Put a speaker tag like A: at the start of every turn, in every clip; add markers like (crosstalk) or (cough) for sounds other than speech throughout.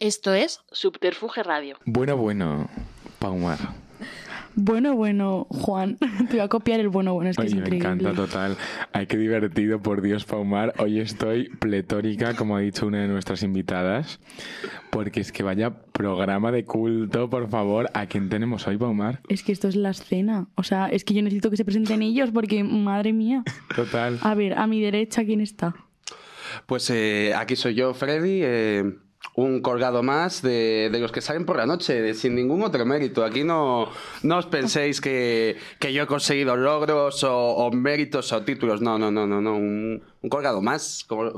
A: Esto es Subterfuge Radio.
B: Bueno, bueno, Paumar.
C: Bueno, bueno, Juan. (laughs) Te voy a copiar el bueno, bueno. Es que
B: Oye,
C: es
B: me
C: increíble.
B: encanta total. Ay, qué divertido, por Dios, Paumar. Hoy estoy pletórica, como ha dicho una de nuestras invitadas, porque es que vaya programa de culto, por favor. ¿A quién tenemos hoy, Paumar?
C: Es que esto es la escena. O sea, es que yo necesito que se presenten ellos porque, madre mía.
B: Total.
C: A ver, a mi derecha, ¿quién está?
D: Pues eh, aquí soy yo, Freddy. eh, un colgado más de, de los que salen por la noche, de- sin ningún otro mérito. Aquí no, no os penséis que, que yo he conseguido logros o, o méritos o títulos. No, no, no, no, no. Un, un colgado más, como,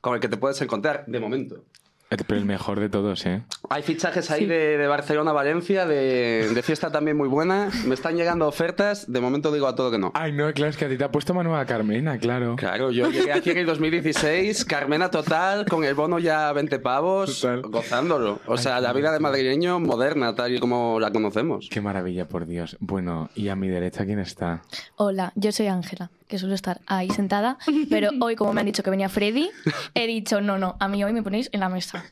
D: como el que te puedes encontrar de momento.
B: Eh, Pero el mejor de todos, ¿eh?
D: Hay fichajes ahí de, de Barcelona a Valencia, de, de fiesta también muy buena. Me están llegando ofertas. De momento digo a todo que no.
B: Ay, no, claro, es que a ti te ha puesto Manuela Carmena, claro.
D: Claro, yo llegué aquí en el 2016, Carmena total, con el bono ya a 20 pavos,
B: Total.
D: gozándolo. O sea, la vida de madrileño moderna, tal y como la conocemos.
B: Qué maravilla, por Dios. Bueno, y a mi derecha, ¿quién está?
E: Hola, yo soy Ángela, que suelo estar ahí sentada,
C: (laughs)
E: pero hoy, como me han dicho que venía Freddy, he dicho, no, no, a mí hoy me ponéis en la mesa.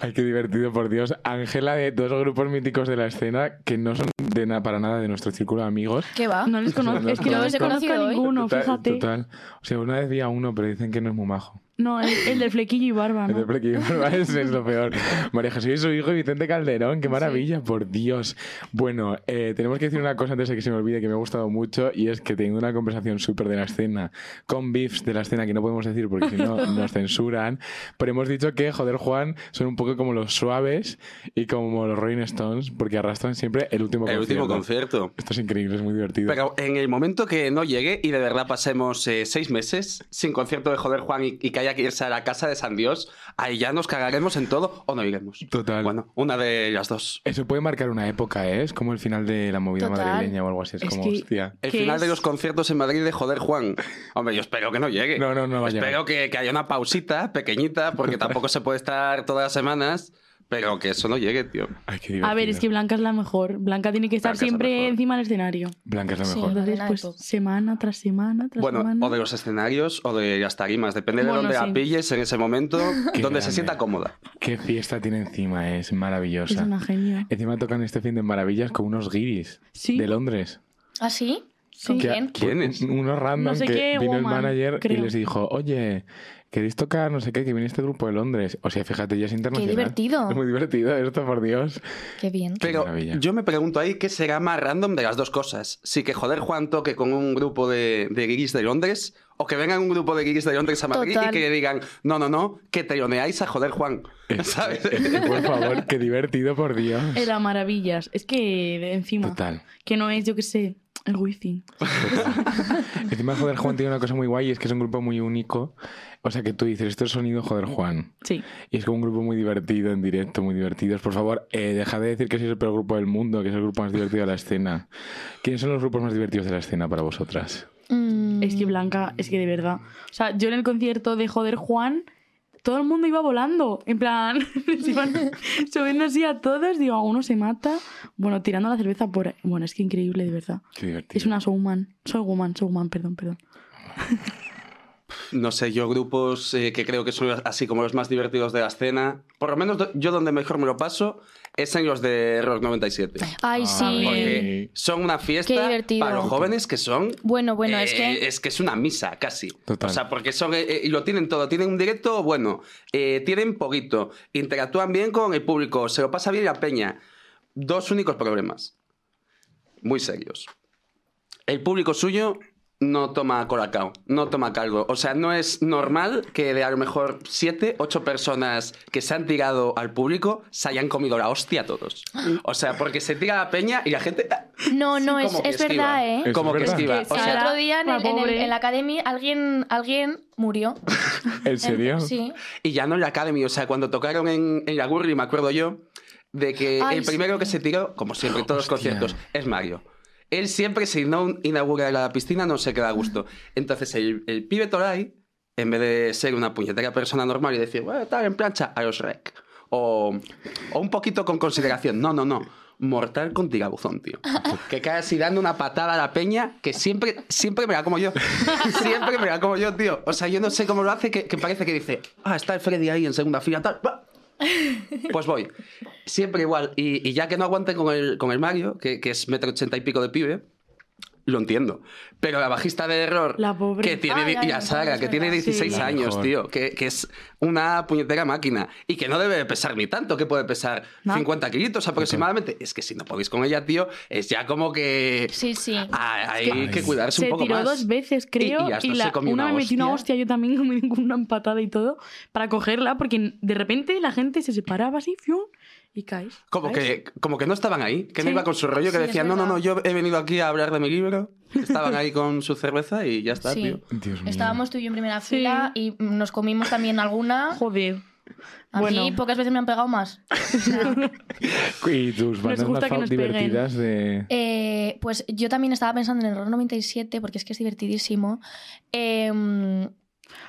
B: Ay, qué divertido, por Dios. Ángela de dos grupos míticos de la escena que no son de na- para nada de nuestro círculo de amigos.
E: ¿Qué va?
C: No les
B: No
C: conozco.
B: los
C: Es que no les
E: conozco.
C: conozco a ninguno,
B: Total-
C: fíjate.
B: Total. O sea, una vez vi a uno, pero dicen que no es muy majo.
C: No, el, el del flequillo y barba,
B: El de
C: Ah, ¿no?
B: Prequillo, ese es lo peor. María Jesús y su hijo Vicente Calderón, qué maravilla, por Dios. Bueno, eh, tenemos que decir una cosa antes de que se me olvide que me ha gustado mucho y es que teniendo una conversación súper de la escena con beefs de la escena que no podemos decir porque si
C: (laughs)
B: no nos censuran, pero hemos dicho que, joder, Juan, son un poco como los suaves y como los Rolling Stones porque arrastran siempre el último
D: El
B: concierto.
D: último concierto.
B: Esto es increíble, es muy divertido.
D: Pero en el momento que no llegue y de verdad pasemos eh, seis meses sin concierto de Joder Juan y, y que haya que irse a la casa de San Dios, ahí ya nos cagaremos en todo o no iremos.
B: Total.
D: Bueno, una de las dos.
B: Eso puede marcar una época, ¿eh? Es como el final de la movida
E: Total.
B: madrileña o algo así. Es,
C: Es
B: como,
C: que-
B: hostia.
D: El
C: ¿Qué
D: final de
C: es?
D: los conciertos en Madrid de Joder Juan. Hombre, yo espero que no llegue.
B: No, no, no va a llegar.
D: Eh, Espero que, que haya una pausita pequeñita,
B: (laughs)
D: porque tampoco se puede estar todas las semanas, pero que eso no llegue, tío.
B: Ay, qué
C: A ver, es que
B: divertido.
C: Blanca es la mejor. Blanca tiene que estar
D: Blanca es la
C: siempre
D: mejor.
C: encima del escenario.
B: Blanca es la
E: Sí.
B: mejor.
C: Entonces,
E: Adela de
C: pues
E: Pop.
C: semana tras semana tras
D: Bueno,
C: semana.
D: o de los escenarios o de las tarimas, depende de
C: Bueno,
D: dónde
C: sí.
D: la pilles en ese
C: (laughs)
D: momento,
B: Qué
D: donde
B: grande.
D: se sienta cómoda.
B: Qué fiesta tiene encima, es
C: Es
B: maravillosa.
C: una genia.
B: Encima tocan este fin de maravillas con unos guiris
C: Sí.
B: de Londres.
E: ¿Ah, sí?
C: Sí.
E: ¿Con
B: Que-
E: quién?
D: ¿Quiénes?
B: un- Unos random
C: No sé
B: que
C: qué
B: vino el
C: woman,
B: manager y
C: creo.
B: les dijo, oye, ¿queréis tocar no sé qué? Que viene este grupo de Londres. O sea, fíjate, ya es internacional.
E: divertido.
B: Es muy divertido esto, por
D: (laughs)
B: Dios.
E: Qué bien.
B: Qué
D: Pero
B: maravilla.
D: yo me pregunto ahí qué será más random de las dos cosas. Si que joder Juan toque con un grupo de, de guiris de Londres, o que vengan un grupo de guiris de Londres a Madrid
E: Total.
D: y que le digan, no, no, no, que trioneáis a joder Juan. ¿Sabes?
B: Eh, Por favor, qué divertido, por Dios.
C: Era maravillas. Es que de encima.
B: Total.
C: Que no es, yo qué sé, el wifi.
B: (laughs) Encima, Joder Juan tiene una cosa muy guay y es que es un grupo muy único. O sea, que tú dices, esto es sonido Joder Juan.
C: Sí.
B: Y es como un grupo muy divertido en directo, muy divertidos. Por favor, eh, deja de decir que sois el peor grupo del mundo, que es el grupo más divertido de la escena. ¿Quiénes son los grupos más divertidos de la escena para vosotras?
E: Mm,
C: Es que Blanca, es que de verdad. O sea, yo en el concierto de Joder Juan, todo el mundo iba volando. En plan, (laughs) se
D: (laughs)
C: iban subiendo así a todos, digo, a uno se mata. Bueno, tirando la cerveza por. Bueno, es que increíble, de verdad.
B: Qué divertido.
C: Es una showman. Showwoman, showman, perdón, perdón.
D: No sé, yo grupos eh, que creo que son así como los más divertidos de la escena. Por lo menos do- yo donde mejor me lo paso es en los de Rock 97.
E: Ay, sí.
B: porque-
D: Porque son una
E: Qué
D: fiesta
E: divertido.
D: para los jóvenes que son.
E: Bueno, bueno,
D: eh,
E: es que...
D: Es que es una misa, casi.
B: Total.
D: O sea, porque son. eh, eh, y lo tienen todo. Tienen un directo bueno. eh, tienen poquito. Interactúan bien con el público. Se lo pasa bien la peña. Dos únicos problemas. Muy serios. El público suyo no toma colacao, no toma caldo. O sea, no es normal que de a lo mejor siete, ocho personas que se han tirado al público se hayan comido la hostia todos. O sea, porque se tira la peña y la gente... ah,
E: Ah. No,
D: sí,
E: no, es,
D: como que
E: es
D: esquiva,
E: verdad, ¿eh?
B: Eso
D: Como
B: es
D: que
B: verdad.
D: esquiva.
C: Es que
D: O
E: Sí,
D: sea,
E: el otro día en,
C: la
E: el- en el-
C: pobre.
E: en la academia alguien, alguien murió.
B: ¿En
C: eh,
B: serio?
E: Sí.
D: Y ya no en la Academy, o sea, cuando tocaron en, en la Gurri, me acuerdo yo, de que
E: Ay,
D: el primero
E: sí.
D: que se tiró, como siempre en todos los
B: Hostia.
D: conciertos, es Mario. Él siempre, si no inaugura la piscina, no se queda a gusto. Entonces, el, el pibe Toray, en vez de ser una puñetera persona normal y decir, bueno, tal, en plancha, a los rec. O, o un poquito con consideración. No, no, no. Mortal con tirabuzón, tío. Que cae así dando una patada a la peña que siempre, siempre me la como yo. Siempre me la como yo, tío. O sea, yo no sé cómo lo hace, que, que parece que dice, ah, está el Freddy ahí en segunda fila, tal. va, Pues voy. Siempre igual. Y, y ya que no aguanten con el, con el Mario, que, que es metro ochenta y pico de pibe, lo entiendo. Pero la bajista de error
C: La pobre.
D: que tiene
E: Ah,
D: di-
E: ya,
D: y
E: ya,
D: la Sara,
E: es
D: que tiene
E: verdad, sí.
D: 16
B: La
D: años,
B: mejor.
D: tío, que, que es una puñetera máquina y que no debe de pesar ni tanto, que puede pesar
C: No.
D: 50 kilitos aproximadamente. Es que si no podéis con ella, tío, es ya como que
E: Sí, sí.
D: ah, hay que,
B: que
D: cuidarse
C: Se
D: un poco
C: tiró
D: más.
C: dos veces, creo.
D: Y- y
C: Y,
D: hasta
C: la-
D: se comió
C: una,
D: una
C: me metí una
D: hostia.
C: hostia yo también, que me di con (laughs) una empatada y todo, para cogerla, porque de repente la gente se separaba así, fium, y caes.
D: Como
C: caes.
D: que, como que no estaban ahí, que no
C: Sí.
D: iba con su rollo, que
E: Sí, es
D: decían, no, no,
E: verdad.
D: no, yo he venido aquí a hablar de
E: (laughs)
D: mi libro. Estaban ahí con su cerveza y ya está,
E: Sí.
D: tío.
B: Dios mío.
E: Estábamos tú y yo en primera
C: Sí.
E: fila y nos comimos también alguna.
C: Joder.
E: A
C: bueno,
E: mí pocas veces me han pegado más.
B: Y tus bandas
C: gusta
B: más
C: que
B: fa-
C: nos peguen.
B: divertidas de.
E: Eh, pues yo también estaba pensando en el error 97 porque es que es divertidísimo. Em,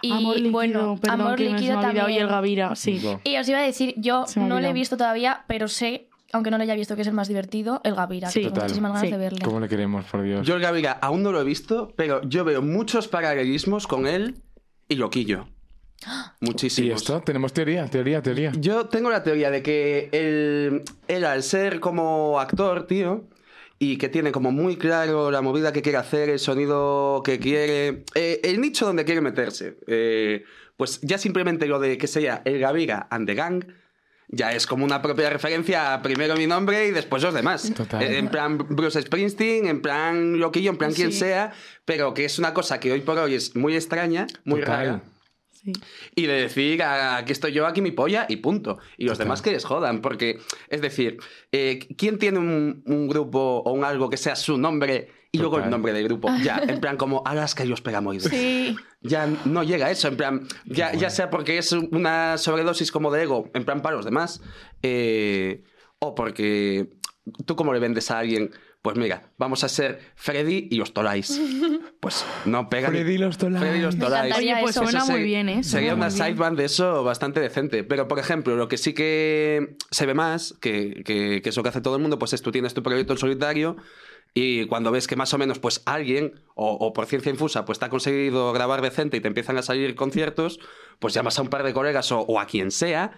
E: y
C: amor líquido,
E: bueno,
C: perdón,
E: amor
C: que me- se
E: líquido
C: me ha olvidado,
E: también.
C: Y el Gavira, sí.
B: Buah.
E: Y os iba a decir, yo
C: Se me ha
E: no lo he
C: olvidado.
E: visto todavía, pero sé, aunque no lo haya visto, que es el más divertido, el Gavira.
C: Sí.
E: que tengo
B: Total.
E: muchísimas ganas
C: Sí.
E: de verle.
B: ¿Cómo le queremos, por Dios?
D: Yo el Gaviria aún no lo he visto, pero yo veo muchos paralelismos con él y Loquillo.
E: (gasps)
B: ¿Y
D: Muchísimos.
B: esto? Tenemos teoría, teoría, teoría.
D: Yo tengo la teoría de que él, él, al ser como actor, tío, y que tiene como muy claro la movida que quiere hacer, el sonido que quiere, eh, el nicho donde quiere meterse, eh, pues ya simplemente lo de que sea el Gavira and the Gang. Ya es como una propia referencia a primero mi nombre y después los demás.
B: Total.
D: Eh, En plan Bruce Springsteen, en plan Loquillo, en plan quien
C: Sí.
D: sea, pero que es una cosa que hoy por hoy es muy extraña, muy
B: Total.
D: rara.
C: sí.
D: Y de decir, "Ah, aquí estoy yo, aquí mi polla, y punto. Y los
B: Total.
D: demás que les jodan, porque, es decir, eh, ¿quién tiene un, un grupo o un algo que sea su nombre y luego el
B: Total.
D: nombre del grupo? Ya, en plan como Alaska y los Pegamoides.
E: Sí.
D: Ya no llega a eso, en plan, ya, ya sea porque es una sobredosis como de ego, en plan para los demás, eh, o porque tú como le vendes a alguien, pues mira, vamos a ser Freddy y os toláis. Pues no pega. ni-
B: Freddy los Tolares.
D: Freddy y los
E: Me
D: Toláis.
E: encantaría
C: Oye, pues
E: eso.
C: suena
D: Eso
C: muy
D: se-
C: bien, ¿eh? Suena
D: Sería
C: muy
D: una
C: bien.
D: sideband de eso bastante decente. Pero, por ejemplo, lo que sí que se ve más, que, que, que es lo que hace todo el mundo, pues es tú tienes tu proyecto en solitario y cuando ves que más o menos pues alguien, o, o por ciencia infusa, pues te ha conseguido grabar decente y te empiezan a salir conciertos, pues llamas a un par de colegas o, o a quien sea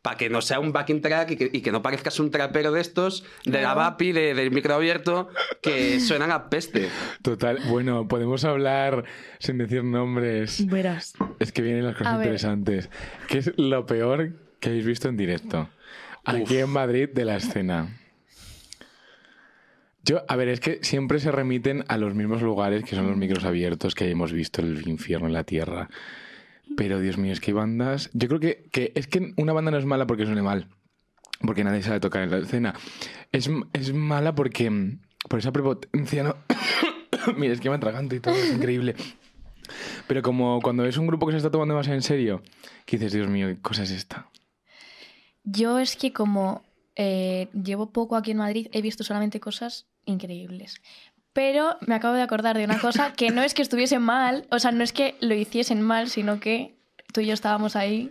D: para que no sea un backing track y que, y que no parezcas un trapero de estos, de la VAPI, de- del micro abierto, que suenan a peste.
B: Total. Bueno, podemos hablar sin decir nombres.
C: Verás.
B: Es que vienen las cosas
E: A ver.
B: interesantes. ¿Qué es lo peor que habéis visto en directo? Aquí en Madrid de la escena. Yo, a ver, es que siempre se remiten a los mismos lugares que son los micros abiertos que hemos visto, el infierno en la tierra. Pero Dios mío, es que hay bandas. Yo creo que, que es que una banda no es mala porque suene mal, porque nadie sabe tocar en la escena. Es, es mala porque. mm, Por esa prepotencia, ¿no? (coughs) Mira, es que me atraganto y todo, es increíble. Pero como cuando ves un grupo que se está tomando más en serio, que dices, Dios mío, ¿qué cosa es esta?
E: Yo es que como eh, llevo poco aquí en Madrid, he visto solamente cosas increíbles. Pero me acabo de acordar de una cosa que no es que estuviese mal, o sea, no es que lo hiciesen mal, sino que tú y yo estábamos ahí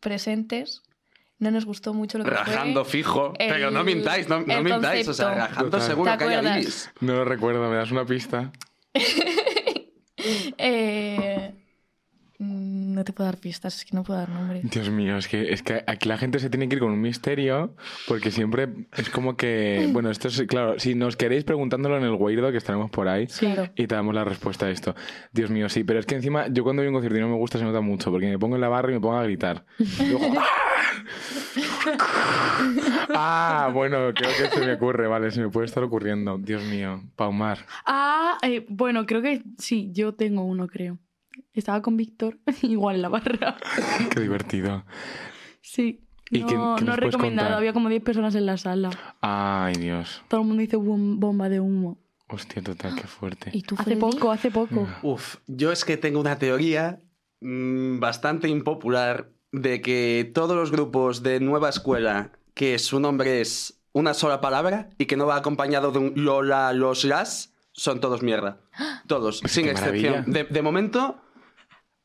E: presentes. No nos gustó mucho lo que fue.
D: Rajando fijo.
E: el-
D: pero no mintáis, no, no
E: el
D: mintáis. O sea,
E: concepto.
D: rajando
B: Total.
D: seguro
E: ¿Te
D: que hay
E: acuerdas?
D: bilis.
B: No lo recuerdo, ¿me das una pista?
E: Eh, mm, no te puedo dar pistas, es que no puedo dar nombre.
B: Dios mío, es que, es que aquí la gente se tiene que ir con un misterio, porque siempre es como que. Bueno, esto es. Claro, si nos queréis preguntándolo en el Weirdo, que estaremos por ahí.
E: Claro.
B: Y te damos la respuesta a esto. Dios mío, sí, pero es que encima yo cuando voy a un concierto y no me gusta se nota mucho, porque me pongo en la barra y me pongo a gritar. Y ojo, ¡ah! (laughs) ah, bueno, creo que se me ocurre, vale, se me puede estar ocurriendo. Dios mío, Paumar.
C: Ah, eh, bueno, creo que sí, yo tengo uno, creo. Estaba con Víctor, (laughs) igual en la barra.
B: Qué divertido.
C: Sí.
B: ¿Y
C: No,
B: qué- qué nos
C: no
B: puedes
C: recomendado,
B: contar?
C: había como 10 personas en la sala.
B: Ay, Dios.
C: Todo el mundo hizo bom- bomba de humo.
B: Hostia, total, qué fuerte. Ah.
E: ¿Y tú,
C: Hace
E: Freddy?
C: poco, hace poco.
D: Uf, yo es que tengo una teoría mm, bastante impopular de que todos los grupos de nueva escuela que su nombre es una sola palabra y que no va acompañado de un Lola, los, las, son todos mierda. Todos, sin
B: qué
D: excepción.
B: maravilla.
D: De, de momento,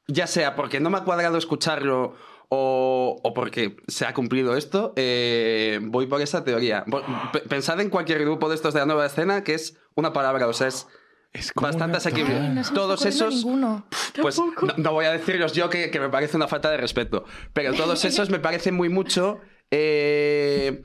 D: ya sea porque no me ha cuadrado escucharlo o, o porque se ha cumplido esto, eh, voy por esa teoría. Vo- pe- Pensad en cualquier grupo de estos de la nueva escena que es una palabra, o sea, es
B: Es como
D: Bastante
B: una
D: asequible.
B: tonada.
E: Ay, no se me
D: Todos
E: está ocurriendo
D: esos-
E: Ninguno.
D: Pues no, no voy a deciros yo que, que me parece una falta de respeto, pero todos esos me parecen muy mucho. eh,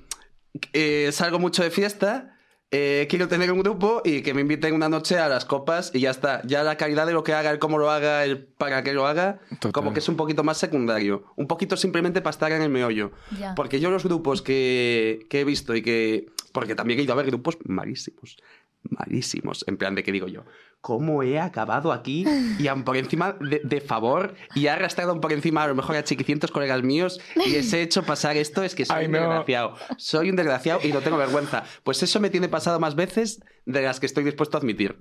D: eh, salgo mucho de fiesta, eh, quiero tener un grupo y que me inviten una noche a las copas y ya está. Ya la calidad de lo que haga, el cómo lo haga, el para qué lo haga,
B: Total.
D: como que es un poquito más secundario. Un poquito simplemente para estar en el meollo.
E: Ya.
D: Porque yo los grupos que, que he visto y que... Porque también he ido a ver grupos malísimos. Malísimos. En plan de que digo yo, ¿cómo he acabado aquí? Y han por encima de, de favor y he arrastrado por encima a lo mejor a chiquicientos colegas míos y les he hecho pasar esto. Es que soy
B: Ay,
D: un
B: no.
D: desgraciado. Soy un desgraciado y no tengo vergüenza. Pues eso me tiene pasado más veces de las que estoy dispuesto a admitir.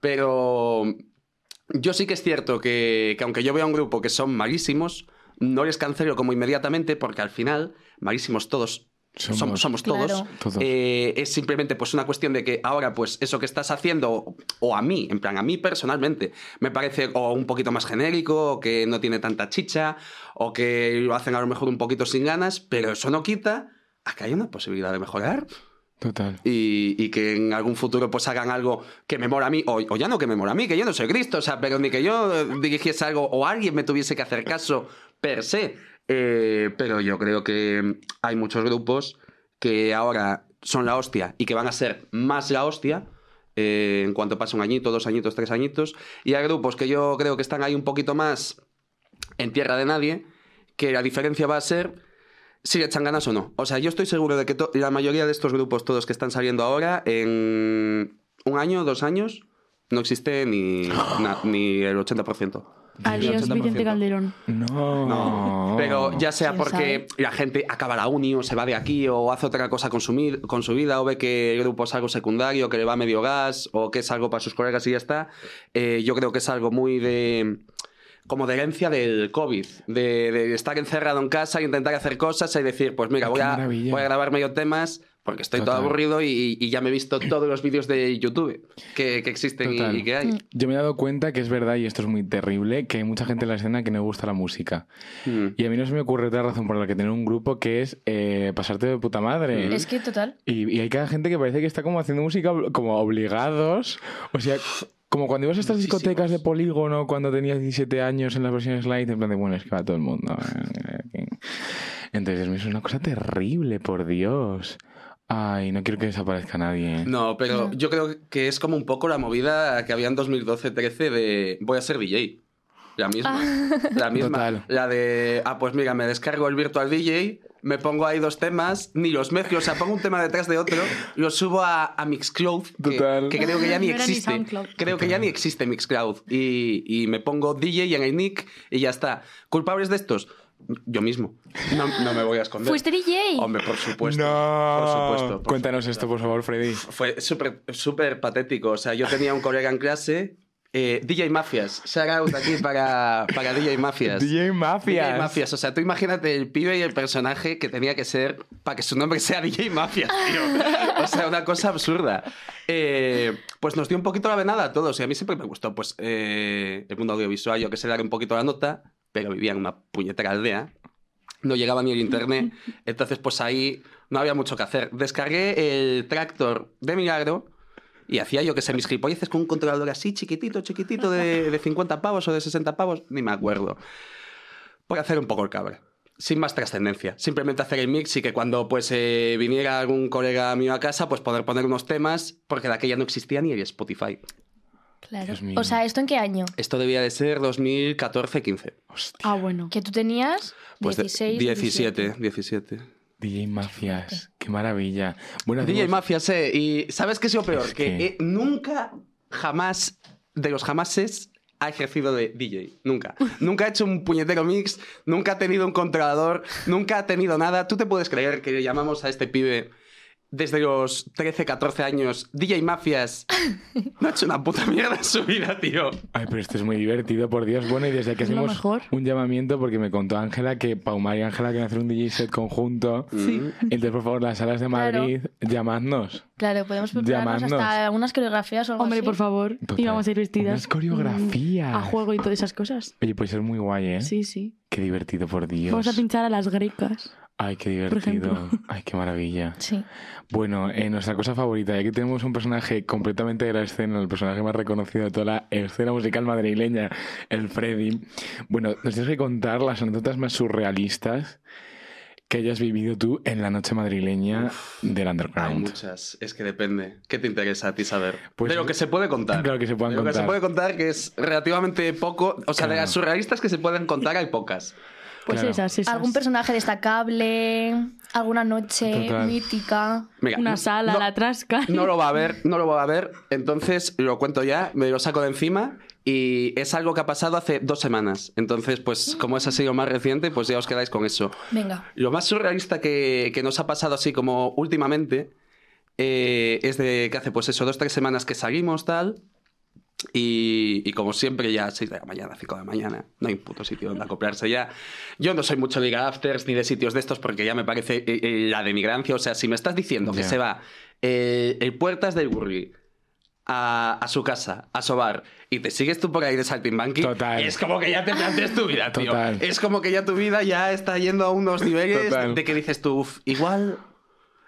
D: Pero yo sí que es cierto que, que aunque yo vea un grupo que son malísimos, no les cancelo como inmediatamente porque al final, malísimos todos, som-
B: Somos.
D: somos,
E: Claro.
D: todos.
B: Todos.
D: Eh, es simplemente pues una cuestión de que ahora pues eso que estás haciendo, o a mí, en plan a mí personalmente, me parece o un poquito más genérico, o que no tiene tanta chicha, o que lo hacen a lo mejor un poquito sin ganas, pero eso no quita a que hay una posibilidad de mejorar
B: Total.
D: y, y que en algún futuro pues hagan algo que me mola a mí, o, o ya no que me mola a mí, que yo no soy Cristo, o sea, pero ni que yo eh, dirigiese algo o alguien me tuviese que hacer caso per se. Eh, pero yo creo que hay muchos grupos que ahora son la hostia y que van a ser más la hostia. eh, en cuanto pase un añito, dos añitos, tres añitos. Y hay grupos que yo creo que están ahí un poquito más en tierra de nadie, que la diferencia va a ser si le echan ganas o no. O sea, yo estoy seguro de que to- la mayoría de estos grupos, todos que están saliendo ahora, en un año, dos años, no existe ni, na- ni el 80%.
C: Adiós,
D: 80%.
C: Vicente Calderón.
B: No.
D: No, pero ya sea
E: ¿Quién
D: porque la gente acaba la uni o se va de aquí o hace otra cosa con su, mi- con su vida o ve que el grupo es algo secundario, que le va medio gas o que es algo para sus colegas y ya está, eh, yo creo que es algo muy de como de herencia del COVID, de, de estar encerrado en casa, intentar hacer cosas y decir, pues
B: Ah,
D: mira,
B: Qué
D: voy a,
B: maravilla.
D: voy a grabar medio temas porque estoy todo
B: Total.
D: aburrido y, y ya me he visto todos los vídeos de YouTube que, que existen y,
B: Total.
D: y que hay.
B: Yo me he dado cuenta que es verdad, y esto es muy terrible, que hay mucha gente en la escena que no le gusta la música.
D: Mm.
B: Y a mí no se me ocurre otra razón por la que tener un grupo que es eh, pasarte de puta madre.
E: Es que total.
B: Y, y hay cada gente que parece que está como haciendo música ob- como obligados. O sea, como cuando ibas a estas
D: Muchísimos.
B: discotecas de polígono cuando tenías 17 años en las versiones light, en plan de, bueno, es que va todo el mundo. (laughs) Entonces, es una cosa terrible, por Dios. Ay, no quiero que desaparezca nadie.
D: No, pero
E: No.
D: yo creo que es como un poco la movida que había en 2012-13 de voy a ser DJ. La misma.
C: Ah.
D: La misma.
B: Total.
D: La de, ah, pues mira, me descargo el virtual DJ, me pongo ahí dos temas, ni los mezclo, o sea, pongo un tema detrás de otro, lo subo a, a Mixcloud, que,
B: Total.
D: que creo que ya ni
C: No era ni
D: existe.
C: SoundCloud.
D: creo que ya ni existe Mixcloud. Y, y me pongo DJ en el nick y ya está. ¿Culpables de estos? Yo mismo. No, no me voy a esconder.
E: Fuiste DJ.
D: Hombre, por supuesto.
B: No.
D: Por supuesto. por
B: Cuéntanos
D: supuesto.
B: esto, por favor, Freddy.
D: Fue súper súper patético. O sea, yo tenía un colega en clase, eh, DJ Mafias. Shout out aquí para, para
B: (laughs)
D: DJ Mafias.
B: DJ Mafias.
D: DJ Mafias. O sea, tú imagínate el pibe y el personaje que tenía que ser para que su nombre sea (laughs) DJ Mafias, tío. O sea, una cosa absurda. Eh, pues nos dio un poquito la venada a todos. Y a mí siempre me gustó, pues, eh, el mundo audiovisual, yo que sé dar un poquito la nota, pero vivía en una puñetera aldea. No llegaba ni el internet. Entonces, pues ahí no había mucho que hacer. Descargué el tractor de Milagro. Y hacía yo que sé, mis gilipolleces con un controlador así chiquitito, chiquitito, de, de 50 pavos o de 60 pavos, ni me acuerdo por hacer un poco el cabra. Sin más trascendencia. Simplemente hacer el mix y que cuando pues eh, viniera algún colega mío a casa, pues poder poner unos temas, porque de aquella no existía ni el Spotify.
E: Claro.
B: Dios mío.
E: O sea, ¿esto en qué año?
D: Esto debía de ser 2014-15.
C: Ah, bueno.
E: Que tú tenías
D: Pues de-
E: 16,
D: 17, 17.
B: DJ Mafias. Qué maravilla. Bueno,
D: DJ
B: hacemos-
D: Mafia, sé. Y ¿sabes qué es lo peor?
B: Es
D: que
B: que-
D: eh, nunca, jamás, de los jamases, ha ejercido de DJ. Nunca. Nunca ha hecho un puñetero mix, nunca ha tenido un controlador, nunca ha tenido nada. ¿Tú te puedes creer que le llamamos a este pibe desde los 13, 14 años DJ Mafias? No ha hecho una puta mierda en su vida, tío.
B: Ay, pero esto es muy divertido, por Dios. Bueno, y desde aquí
C: Es lo
B: hacemos
C: mejor.
B: un llamamiento porque me contó Ángela que Paumar y Ángela quieren hacer un DJ set conjunto.
D: Sí.
B: Entonces, por favor, las salas de
E: Claro.
B: Madrid, llamadnos.
E: Claro, podemos prepararnos
B: Llamadnos.
E: hasta algunas coreografías o algo
C: Hombre,
E: así.
C: por favor.
B: Total.
C: Y vamos a ir vestidas.
B: Unas coreografías.
C: mm, A juego y todas esas cosas.
B: Oye, puede ser muy guay, ¿eh?
C: Sí, sí.
B: Qué divertido, por Dios.
C: Vamos a pinchar a las grecas.
B: Ay, qué
C: Por ejemplo.
B: divertido. Ay, qué maravilla.
E: Sí.
B: Bueno, eh, nuestra cosa favorita, ya que tenemos un personaje completamente de la escena, el personaje más reconocido de toda la escena musical madrileña, el Freddy. Bueno, nos tienes que contar las anécdotas más surrealistas que hayas vivido tú en la noche madrileña del
D: Hay
B: underground.
D: muchas. Es que depende. ¿Qué te interesa a ti saber?
B: Pues-
D: de lo que se puede contar.
B: Claro que se puedan
D: De lo que se
B: contar.
D: puede contar, que es relativamente poco. O sea, de
B: Claro.
D: las surrealistas que se pueden contar hay pocas.
C: Pues
B: Claro.
C: esas, esas.
E: ¿Algún personaje destacable? ¿Alguna noche
B: Total.
E: mítica?
D: Mira,
C: Una sala,
D: no-
C: la (laughs) trasca.
D: No lo va a ver, no lo va a ver. Entonces lo cuento ya, me lo saco de encima y es algo que ha pasado hace dos semanas. Entonces, pues como es ha sido más reciente, pues ya os quedáis con eso.
E: Venga.
D: Lo más surrealista que, que nos ha pasado así como últimamente eh, es de que hace pues eso, dos, tres semanas que salimos tal. Y, y como siempre ya 6 de la mañana, 5 de la mañana, no hay un puto sitio donde acoplarse ya. Yo no soy mucho de ir a afters ni de sitios de estos porque ya me parece eh, eh, la demigrancia. O sea, si me estás diciendo que
B: Ya.
D: se va eh, el Puertas del Burri a, a su casa, a sobar, y te sigues tú por ahí de saltimbanqui,
B: Total.
D: es como que ya te planteas tu vida, tío.
B: Total.
D: Es como que ya tu vida ya está yendo a unos niveles
B: Total.
D: de que dices tú, "Uf, igual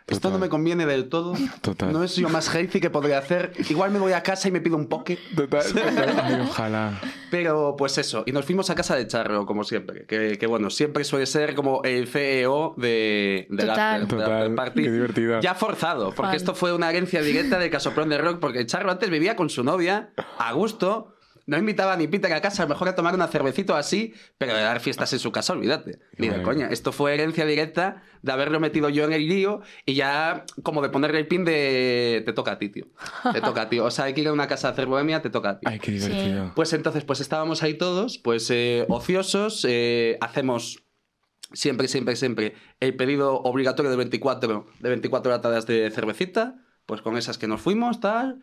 D: esto
B: Total.
D: no me conviene del todo.
B: Total.
D: No es lo más healthy que podría hacer. Igual me voy a casa y me pido un poke.
B: Total, total. Ay, ojalá.
D: Pero pues eso. Y nos fuimos a casa de Charro, como siempre. Que, que, bueno, siempre suele ser como el CEO de, de la,
E: Total.
D: after- de la
B: Total,
D: after party.
B: qué divertido.
D: Ya forzado, porque
E: Fan.
D: esto fue una herencia directa de Casoprón de Rock, porque Charro antes vivía con su novia, a gusto. No invitaba ni Peter a casa, a lo mejor a tomar una cervecito así, pero de dar fiestas en su casa, olvídate. Ni de
B: maravilla.
D: coña. Esto fue herencia directa de haberlo metido yo en el lío y ya como de ponerle el pin de te toca a ti, tío. Te toca a ti. O sea, hay que ir a una casa a hacer bohemia, te toca a ti.
B: Ay, qué divertido.
D: Pues entonces, pues estábamos ahí todos, pues eh, ociosos, eh, hacemos siempre, siempre, siempre el pedido obligatorio de 24, de 24 latadas de cervecita, pues con esas que nos fuimos, tal,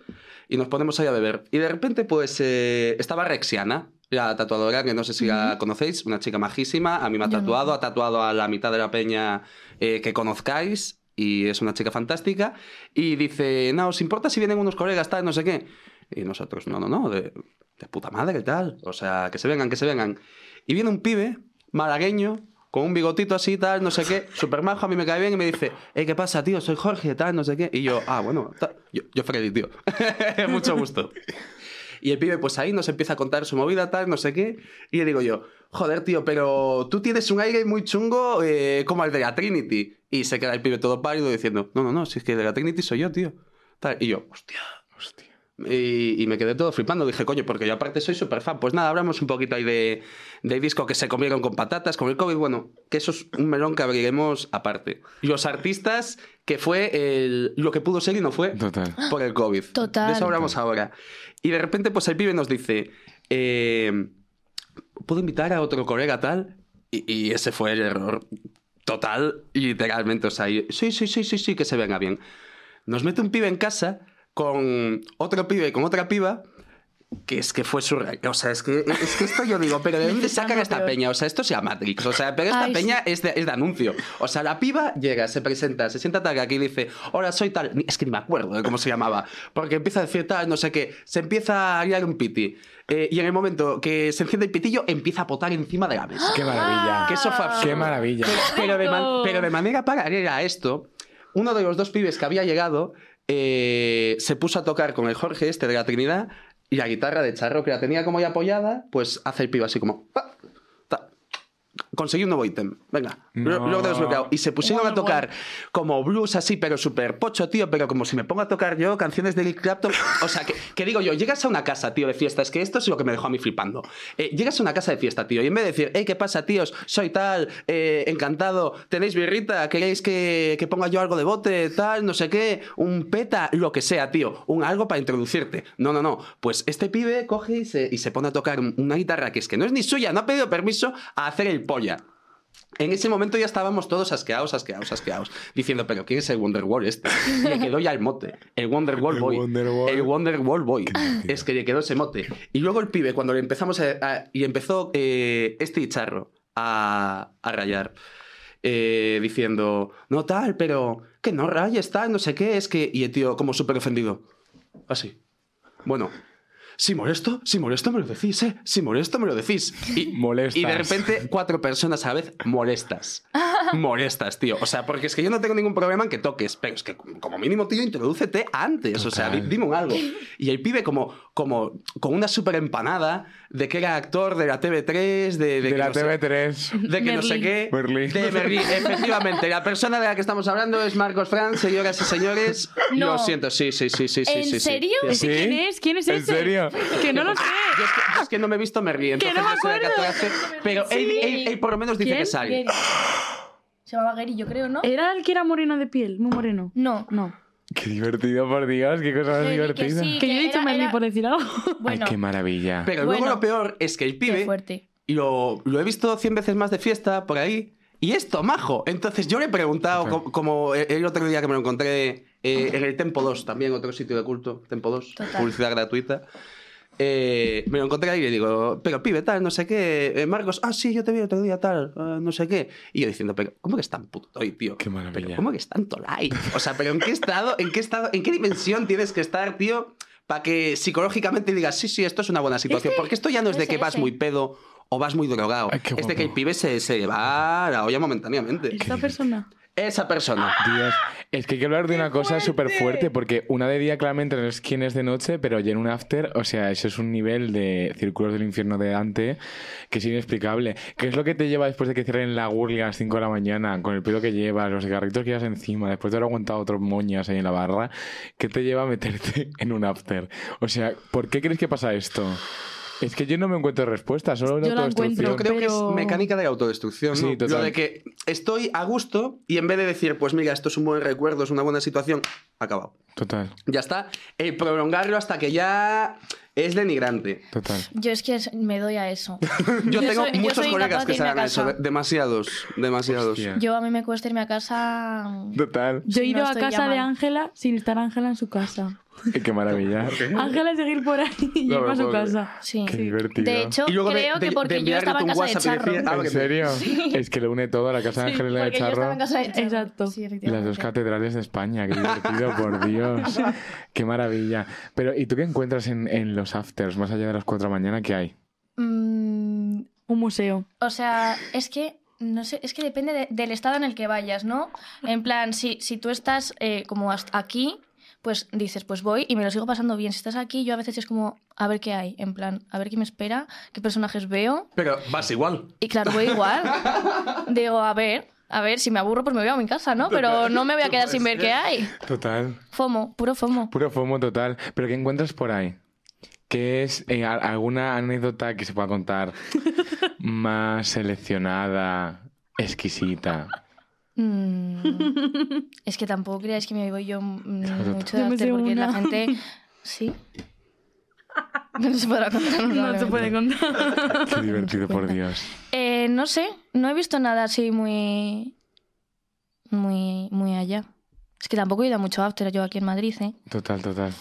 D: y nos ponemos ahí a beber. Y de repente, pues eh, estaba Rexiana, la tatuadora, que no sé si la conocéis, una chica majísima, a mí me ha
E: Yo no.
D: tatuado, ha tatuado a la mitad de la peña eh, que conozcáis, y es una chica fantástica, y dice, no, ¿os importa si vienen unos colegas, tal, no sé qué? Y nosotros, no, no, no, de, de puta madre, tal. O sea, que se vengan, que se vengan. Y viene un pibe malagueño con un bigotito así, tal, no sé qué, súper majo, a mí me cae bien y me dice, hey, ¿qué pasa, tío? Soy Jorge, tal, no sé qué. Y yo, ah, bueno, tal. yo, yo Freddy, tío. (laughs) Mucho gusto. Y el pibe, pues ahí nos empieza a contar su movida, tal, no sé qué. Y le digo yo, joder, tío, pero tú tienes un aire muy chungo eh, como el de la Trinity. Y se queda el pibe todo pálido diciendo, no, no, no, si es que el de la Trinity soy yo, tío. Tal. Y yo, hostia.
B: Hostia.
D: Y, y me quedé todo flipando. Dije, coño, porque yo aparte soy súper fan. Pues nada, hablamos un poquito ahí de, de disco que se comieron con patatas, con el COVID. Bueno, que eso es un melón que abriremos aparte. Los artistas, que fue el- lo que pudo ser y no fue
B: Total.
D: (laughs) por el COVID.
E: Total.
D: De eso hablamos ahora. Y de repente, pues el pibe nos dice, eh, ¿puedo invitar a otro colega tal? Y, y ese fue el error total, literalmente. O sea, y- sí, sí, sí, sí, sí, que se venga bien. Nos mete un pibe en casa con otro pibe y con otra piba. Que es que fue surreal. O sea, es que, es que esto yo digo, pero ¿de dónde sacan
E: Lo
D: esta
E: peor.
D: peña? O sea, esto sea Matrix. O sea, pero esta
E: Ay, sí.
D: peña es de, es de anuncio. O sea, la piba llega, se presenta, se sienta tal aquí y dice, hola, soy tal. Ni- Es que ni me acuerdo de cómo se llamaba. Porque empieza a decir tal, no sé qué. Se empieza a liar un piti. Eh, y en el momento que se enciende el pitillo, empieza a potar encima de la mesa.
B: Qué maravilla.
E: Ah.
D: Que eso fue absurdo.
B: ¡Ah, Qué maravilla.
D: Pero de, man-
C: Perfecto.
D: pero de manera paralela a esto, uno de los dos pibes que había llegado eh, se puso a tocar con el Jorge, este de la Trinidad, y la guitarra de Charro, que la tenía como ya apoyada, pues hace el pibe así como... "Pa, ta". Conseguí un nuevo ítem. Venga, lo-
B: No.
D: lo he desbloqueado. Y se pusieron a
C: Guau,
D: tocar como blues así, pero súper pocho, tío. Pero como si me pongo a tocar yo canciones de Eric Clapton. O sea, que, que digo yo, llegas a una casa, tío, de fiesta. Es que esto es lo que me dejó a mí flipando. Eh, llegas a una casa de fiesta, tío, y en vez de decir, hey, ¿qué pasa, tíos? Soy tal, eh, encantado, tenéis birrita, queréis que, que ponga yo algo de bote, tal, no sé qué, un peta, lo que sea, tío, un algo para introducirte. No, no, no. Pues este pibe coge y se, y se pone a tocar una guitarra que es que no es ni suya, no ha pedido permiso a hacer el polla. En ese momento ya estábamos todos asqueados, asqueados, asqueados, diciendo, pero ¿quién es el Wonderwall este? Le quedó ya el mote, el Wonderwall
B: El
D: Boy.
B: Wonderwall.
D: El Wonderwall Boy. Es que le quedó ese mote. Y luego el pibe, cuando le empezamos a... a- y empezó eh, este hicharro a, a rayar, eh, diciendo, no tal, pero que no rayes tal, no sé qué, es que... Y el tío como súper ofendido. Así. Bueno, si molesto, si molesto me lo decís, ¿eh? Si molesto me lo decís. Y,
B: Molestas.
D: y de repente cuatro personas a la vez molestas. (laughs) molestas, tío. O sea, porque es que yo no tengo ningún problema en que toques, pero es que como mínimo, tío, introdúcete antes. O sea, di-
B: Total.
D: dime un algo. Y el pibe como, como con una súper empanada de que era actor de la TV3, de, de
B: De,
D: que
B: la
D: no sé-
B: TV3.
D: de que no sé
C: Merlín.
D: qué.
B: Merlín.
D: De Merlín. Efectivamente, la persona de la que estamos hablando es Marcos Franz, señoras y señores.
E: No.
D: Lo siento, sí, sí, sí, sí, sí.
E: ¿En
D: sí, sí.
E: serio?
D: Sí,
B: ¿Sí?
C: ¿Quién es? ¿Quién es
B: ¿En
C: ese?
B: serio? (laughs)
C: Que no lo sé.
D: Yo es, que, yo es que no me he visto Merlín,
C: Que
D: entonces
C: no me
D: sé de qué
C: acuerdo.
D: hace, Pero él,
E: Sí.
D: él- él por lo menos dice
C: ¿Quién?
D: que sale.
E: Gary. Se llamaba Gary, yo creo, ¿no?
C: ¿Era el que era moreno de piel? Muy moreno.
E: No.
C: No.
B: Qué divertido, por Dios, qué cosa más
E: Que- que
B: divertida.
E: sí. Y
C: Que yo he dicho
E: era-
C: Merlín
E: era-
C: por decir (laughs) algo.
E: Bueno,
B: Ay, qué maravilla.
D: Pero luego
E: Bueno.
D: lo peor es que el
E: qué
D: pibe
E: fuerte.
D: lo, lo he visto 100 veces más de fiesta por ahí y es tomajo. Entonces yo le he preguntado,
B: Ajá.
D: co- como, eh, el el otro día que me lo encontré eh, en el Tempo 2, también otro sitio de culto, Tempo 2,
E: Total.
D: publicidad gratuita. eh, me lo encontré ahí y le digo, pero pibe, tal, no sé qué. eh, Marcos, ah, sí, yo te vi otro día, tal, ah, no sé qué. Y yo diciendo, pero ¿cómo que es tan puto hoy, tío?
B: Qué maravilla.
D: Pero ¿Cómo que es tanto like? O sea, pero ¿en qué estado, en qué estado, en qué dimensión tienes que estar, tío, para que psicológicamente digas, sí, sí, esto es una buena situación?
E: que-
D: Porque esto ya no es de
E: ese,
D: que vas
E: ese.
D: muy pedo o vas muy drogado.
B: Ay, qué
D: es de
B: guapo.
D: que el pibe se, se va a la olla momentáneamente.
C: Esta persona.
D: Esa persona.
B: Dios, es que hay que hablar de una cosa súper fuerte, porque una de día claramente no es quién es de noche, pero ya en un after, o sea, eso es un nivel de círculos del infierno de Dante que es inexplicable. ¿Qué es lo que te lleva después de que cierren la gurlia a las 5 de la mañana, con el pelo que llevas, los cigarritos que llevas encima, después de haber aguantado otros moñas ahí en la barra? ¿Qué te lleva a meterte (laughs) en un after? O sea, ¿por qué crees que pasa esto? Es que yo no me encuentro respuesta, solo una
C: Yo la
B: autodestrucción.
C: encuentro.
D: Yo creo
C: Pero-
D: que es mecánica de la autodestrucción, ¿no?
B: Sí, total.
D: Lo de que estoy a gusto y en vez de decir, pues mira, esto es un buen recuerdo, es una buena situación, acabado.
B: Total,
D: Ya está. El prolongarlo hasta que ya es denigrante.
B: total.
E: Yo es que es- me doy a
D: (laughs)
E: eso.
D: Yo,
E: (laughs) Yo
D: tengo
E: soy- yo
D: muchos
E: soy
D: colegas
E: incapaz de
D: que se
E: irme a
D: hagan eso.
E: casa.
D: de- Demasiados, demasiados.
B: Hostia.
E: Yo a mí me cuesta irme a casa. mm,
B: Total.
C: Yo he
E: Si no
C: ido a
E: estoy
C: casa
E: ya
C: de
E: mal.
C: Ángela sin estar Ángela en su casa.
B: Qué maravilla.
C: Ángela es seguir por ahí y
D: No
C: ir
D: me
C: para su
D: puedo creer.
C: casa.
E: Ah, Sí.
B: Qué divertido.
E: De hecho,
D: Y luego de-
E: creo
D: de-
E: que
D: de
E: porque yo
D: enviarle
E: estaba en
D: tu
E: casa de
D: WhatsApp y
E: Charro.
D: decir, "Ah, Ábrete.
B: ¿En serio? Es que lo une todo, la Casa de
E: Sí,
B: Ángela de
E: porque yo estaba en
B: Charro.
E: casa de Charro.
C: Exacto.
E: Sí,
B: y las dos
E: efectivamente.
B: catedrales de España. Qué divertido, por Dios. Qué maravilla. Pero, ¿y tú qué encuentras en, en los afters, más allá de las 4 de la mañana? ¿Qué hay?
E: Mm,
C: Un museo.
E: O sea, es que no sé, es que depende de- del estado en el que vayas, ¿no? En plan, si, si tú estás eh, como hasta aquí, pues dices, pues voy y me lo sigo pasando bien. Si estás aquí, yo a veces es como, a ver qué hay, en plan, a ver qué me espera, qué personajes veo.
D: Pero vas igual.
E: Y claro, voy
D: (laughs)
E: igual. Digo, a ver, a ver, si me aburro, pues me voy a mi casa, ¿no? Pero no me voy a quedar sin ver qué hay.
B: Total.
E: FOMO, puro FOMO.
B: Puro FOMO total. ¿Pero qué encuentras por ahí? ¿Qué es eh, a- alguna anécdota que se
E: (laughs)
B: pueda contar más seleccionada, exquisita?
C: (laughs)
E: Mm, es que tampoco creáis que me vivo yo mm, mucho de
C: Yo me
E: after
C: sé
E: porque la
C: una.
E: gente.
C: (laughs)
E: Sí. No se podrá contar.
C: (laughs) No
E: probablemente.
C: se puede contar.
B: Qué divertido, por
E: cuenta.
B: Dios.
E: Eh, no sé, no he visto nada así muy. Muy, muy allá. Es que tampoco he ido a mucho after yo aquí en Madrid, ¿eh?
B: Total, total.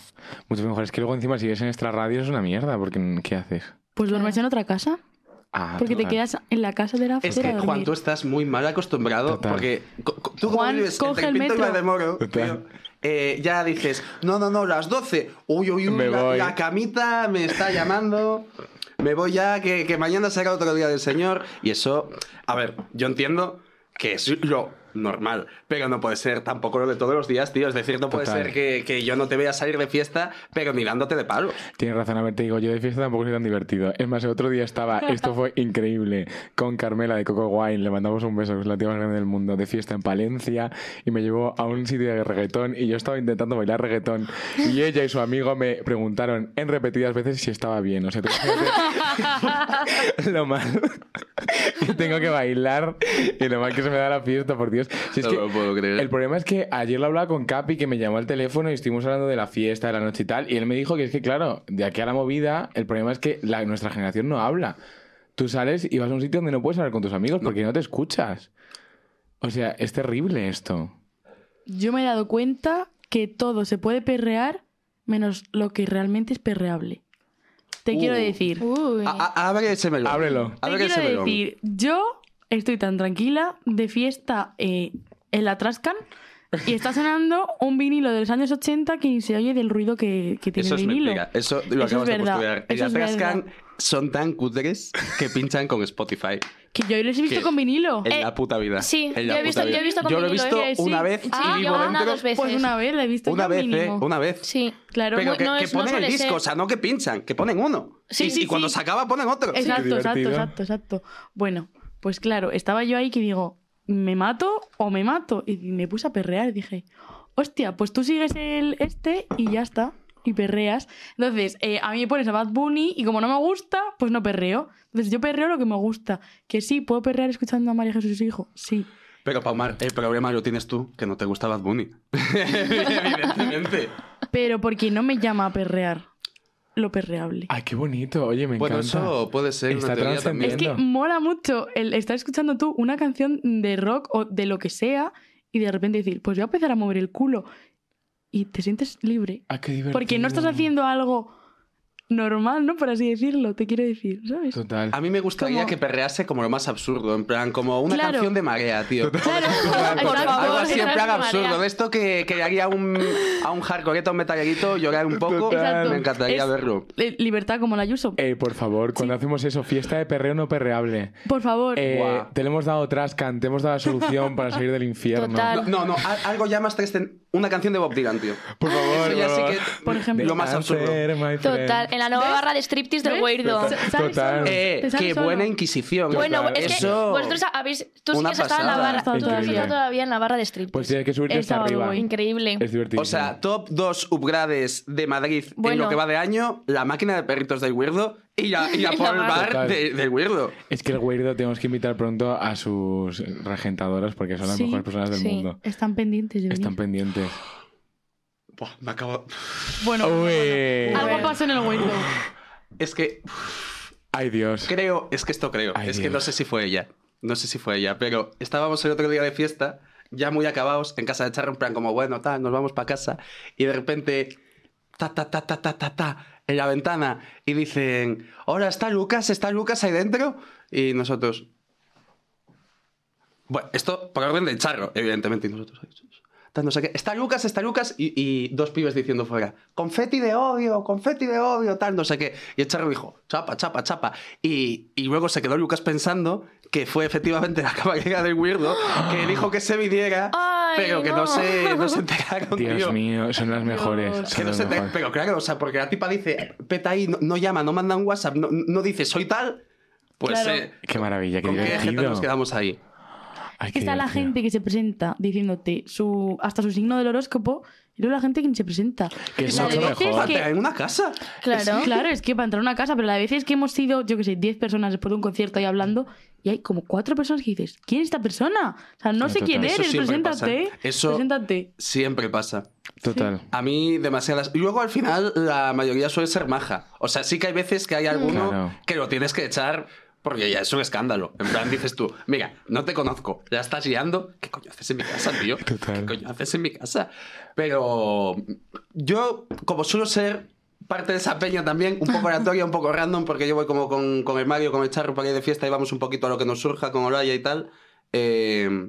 B: Mucho mejor. Es que luego encima si ves en extra radio es una mierda, porque ¿qué haces?
C: Pues duermes en otra casa.
B: Ah,
C: Porque te
B: total.
C: quedas en la casa de la
D: Es
C: afuera
D: que,
C: a
D: Juan,
C: dormir.
D: tú estás muy mal acostumbrado
B: pues Total.
D: porque co- co- tú como
C: Juan,
D: vives
C: coge
D: entre
C: el
D: Pinto y
C: metro.
D: Valdemoro, tío,
B: Total.
D: eh, ya dices, no, no, no, las 12. Uy, uy, uy,
B: Me
D: la,
B: voy.
D: la camita me está llamando. Me voy ya, que, que mañana será otro día del Señor. Y eso, a ver, yo entiendo que es lo normal, pero no puede ser tampoco lo de todos los días, tío. Es decir, no puede
B: Total.
D: ser que, que yo no te vea salir de fiesta, pero ni dándote de palos.
B: Tienes razón, a ver, te digo, yo de fiesta tampoco soy tan divertido. Es más, el otro día estaba, esto
C: (laughs)
B: fue increíble, con Carmela de Coco Wine, le mandamos un beso, que es la tía más grande del mundo, de fiesta en Palencia, y me llevó a un sitio de reggaetón, y yo estaba intentando bailar reggaetón, y ella y su amigo me preguntaron en repetidas veces si estaba bien, o sea, (laughs) tú imagínate (laughs) lo mal que tengo que bailar, y lo mal que se me da la fiesta, por Dios. Si es
D: No
B: que
D: me lo puedo creer.
B: el problema es que ayer lo hablaba con Capi, que me llamó al teléfono y estuvimos hablando de la fiesta, de la noche y tal. Y él me dijo que es que, claro, de aquí a la movida, el problema es que la- nuestra generación no habla. Tú sales y vas a un sitio donde no puedes hablar con tus amigos porque no te escuchas. O sea, es terrible esto.
C: Yo me he dado cuenta que todo se puede perrear menos lo que realmente es perreable. Te
D: Uh.
C: quiero decir.
E: Uy.
D: A- a- abre ese melón.
B: Ábrelo.
D: Abre
C: te
D: ese
C: quiero
D: melón.
C: decir, yo estoy tan tranquila de fiesta eh, en la Trascan y está sonando un vinilo de los años 80 que ni se oye del ruido que, que tiene
D: Eso
C: el
D: es
C: vinilo.
D: mentira. Eso lo
C: Eso es
D: acabas de
C: verdad.
D: postular. Y
C: Eso es
D: las
C: verdad.
D: Trascan son tan cutres que pinchan con Spotify.
C: Que yo les he visto
D: ¿Qué?
C: con vinilo.
D: En
E: Eh,
D: la puta vida.
E: sí,
D: En la
E: yo he visto-
D: puta
E: yo he
D: vida.
E: visto con
D: Yo lo he
E: vinilo,
D: visto
E: ¿eh?
C: Sí.
D: una vez
E: Ah,
D: y
E: yo
D: vivo
E: una,
D: dentro.
E: dos veces.
C: Pues una vez la he visto
D: Una
C: yo
D: vez, ¿eh?
C: mínimo.
D: Una vez.
E: Sí.
C: Claro.
D: Pero
E: Muy-
D: que,
E: no
D: que
E: es- no
D: ponen el
E: suele
D: disco,
E: ser.
D: o sea, no que pinchan, que ponen uno.
E: Sí,
D: y,
C: sí,
D: y cuando
C: sí.
D: se acaba, ponen
B: (laughs)
D: otro.
B: Qué
C: Exacto, exacto,
B: divertido.
C: exacto, exacto. Bueno, pues claro, estaba yo ahí que digo, ¿me mato o me mato? Y me puse a perrear y dije, hostia, pues tú sigues el este y ya está. Y perreas. Entonces, eh, a mí me pones a Bad Bunny y como no me gusta, pues no perreo. Entonces, yo perreo lo que me gusta. Que sí, puedo perrear escuchando a María Jesús y su hijo. Sí.
D: Pero, Paumar, el problema lo tienes tú, que no te gusta
E: (laughs)
D: Bad Bunny. (laughs) Evidentemente.
C: Pero porque no me llama a perrear lo perreable.
B: Ay, qué bonito. Oye, me
D: Bueno,
B: encanta.
D: eso puede ser
B: Está
D: una teoría también.
C: Es que
B: Entiendo.
C: mola mucho el estar escuchando tú una canción de rock o de lo que sea y de repente decir, pues voy a empezar a mover el culo y te sientes libre.
B: Ah, qué divertido.
C: Porque no estás haciendo algo normal, ¿no? Por así decirlo, te quiero decir, ¿sabes?
B: Total.
D: A mí me gustaría
C: Como-
D: que perrease como lo más absurdo, en plan, como una
C: Claro.
D: canción de marea, tío.
E: Claro, por
C: Exacto.
E: favor.
D: Algo así en
E: Gerardo
D: plan
E: Marea.
D: absurdo. De esto que, que haría un, a un hardcore, a un metallerito, llorar un poco.
B: Total.
D: Me encantaría
C: Es-
D: verlo.
C: Eh, Libertad como la Yuso.
B: Eh, por favor, cuando hacemos eso, fiesta de perreo no perreable.
C: Por favor.
B: Eh,
D: Guau.
B: Te le hemos dado Trascan, te hemos dado la solución para salir del infierno.
E: Total.
D: No, no, no, al- algo ya más trascendente. Una canción de Bob Dylan, tío.
B: Por favor,
D: Eso ya sí que.
C: Por ejemplo.
D: Lo más absurdo.
B: Answer, my friend.
E: Total, en la nueva
C: ¿Ves?
E: barra de striptease del
C: ¿Ves?
E: Weirdo.
C: Sa- sale
B: Total.
C: solo.
D: Eh,
C: Te sale
D: qué
C: solo.
D: buena inquisición.
E: Bueno, es que
D: Eso.
E: vosotros habéis. Tú sí
D: Una
E: que has estado en la
D: pasada.
E: barra. Tú has
B: Increíble.
E: estado todavía en la barra de striptease.
B: Pues tienes que subirte
C: El
B: hasta
C: sábado
B: arriba.
C: voy.
E: Increíble.
B: Es divertido.
D: O sea, top 2 upgrades de Madrid en
E: Bueno.
D: lo que va de año, la máquina de perritos del Weirdo y la,
E: (laughs)
D: y la
E: La
D: Paul
E: barra.
D: Bar
B: Total.
D: de- del Weirdo.
B: es que el Weirdo tenemos que invitar pronto a sus regentadoras porque son las
C: Sí,
B: mejores personas del
E: sí.
B: mundo.
C: Están pendientes de
B: Están
C: venir.
B: pendientes.
D: Buah, me acabo.
C: Bueno,
B: Ué.
C: algo pasó en el hueco.
B: oh,
D: Es que
B: Ay, Dios.
D: creo, es que esto creo.
B: Ay,
D: es que
B: Dios.
D: no sé si fue ella. No sé si fue ella, pero estábamos el otro día de fiesta, ya muy acabados, en casa de Charro, en plan como, bueno, tal, nos vamos para casa. Y de repente, ta, ta, ta, ta, ta, ta, ta, en la ventana. Y dicen, hola, ¿está Lucas? ¿Está Lucas ahí dentro? Y nosotros... Bueno, esto por orden del Charro, evidentemente. Y nosotros... "Ay, sí, sí". Tal, no sé qué. Está Lucas, está Lucas. Y, y dos pibes diciendo fuera, confeti de odio, confeti de odio, tal, no sé qué. Y el charro dijo, chapa, chapa, chapa. Y, y luego se quedó Lucas pensando que fue efectivamente la (laughs) caballería del weirdo que dijo que se midiera,
E: Ay,
D: pero que no,
E: no.
D: se, no se enteraron,
B: Dios
D: tío.
B: mío, son las mejores.
C: Dios.
D: Que
B: son
D: no
B: las
D: se enter-
B: mejores.
D: pero claro, o sea, porque la tipa dice, peta ahí, no, no llama, no manda un WhatsApp, no, no dice, soy tal. Pues
C: Claro.
D: eh,
B: Qué maravilla, qué
D: ¿con qué gente
B: divertido.
D: nos quedamos ahí?
B: Ay, qué
C: Está la
B: divertido.
C: gente que se presenta diciéndote su hasta su signo del horóscopo y luego la gente que ni se presenta.
B: Que es
C: La
B: mucho
C: de veces
B: mejor.
C: que-
D: En una casa.
E: Claro.
C: Claro, es que para entrar a una casa, pero la veces que hemos sido, yo que sé, 10 personas después de un concierto ahí hablando y hay como cuatro personas que dices, ¿quién es esta persona? O sea, no
B: Sí,
C: sé quién
B: total.
D: Eso
C: eres,
D: siempre
C: preséntate.
D: pasa. Eso-
C: Preséntate.
D: Siempre pasa.
B: Total.
D: A mí demasiadas. Y Luego al final la mayoría suele ser maja. O sea, sí que hay veces que hay alguno
B: Claro.
D: que lo tienes que echar porque ya es un escándalo. En plan dices tú, mira, no te conozco, ya estás guiando. ¿Qué coño haces en mi casa, tío?
B: Total.
D: ¿Qué coño haces en mi casa? Pero yo, como suelo ser parte de esa peña también, un poco aleatoria, un poco random, porque yo voy como con, con el Mario, con el Charro para ir de fiesta y vamos un poquito a lo que nos surja con Olaya y tal. eh,
E: Pero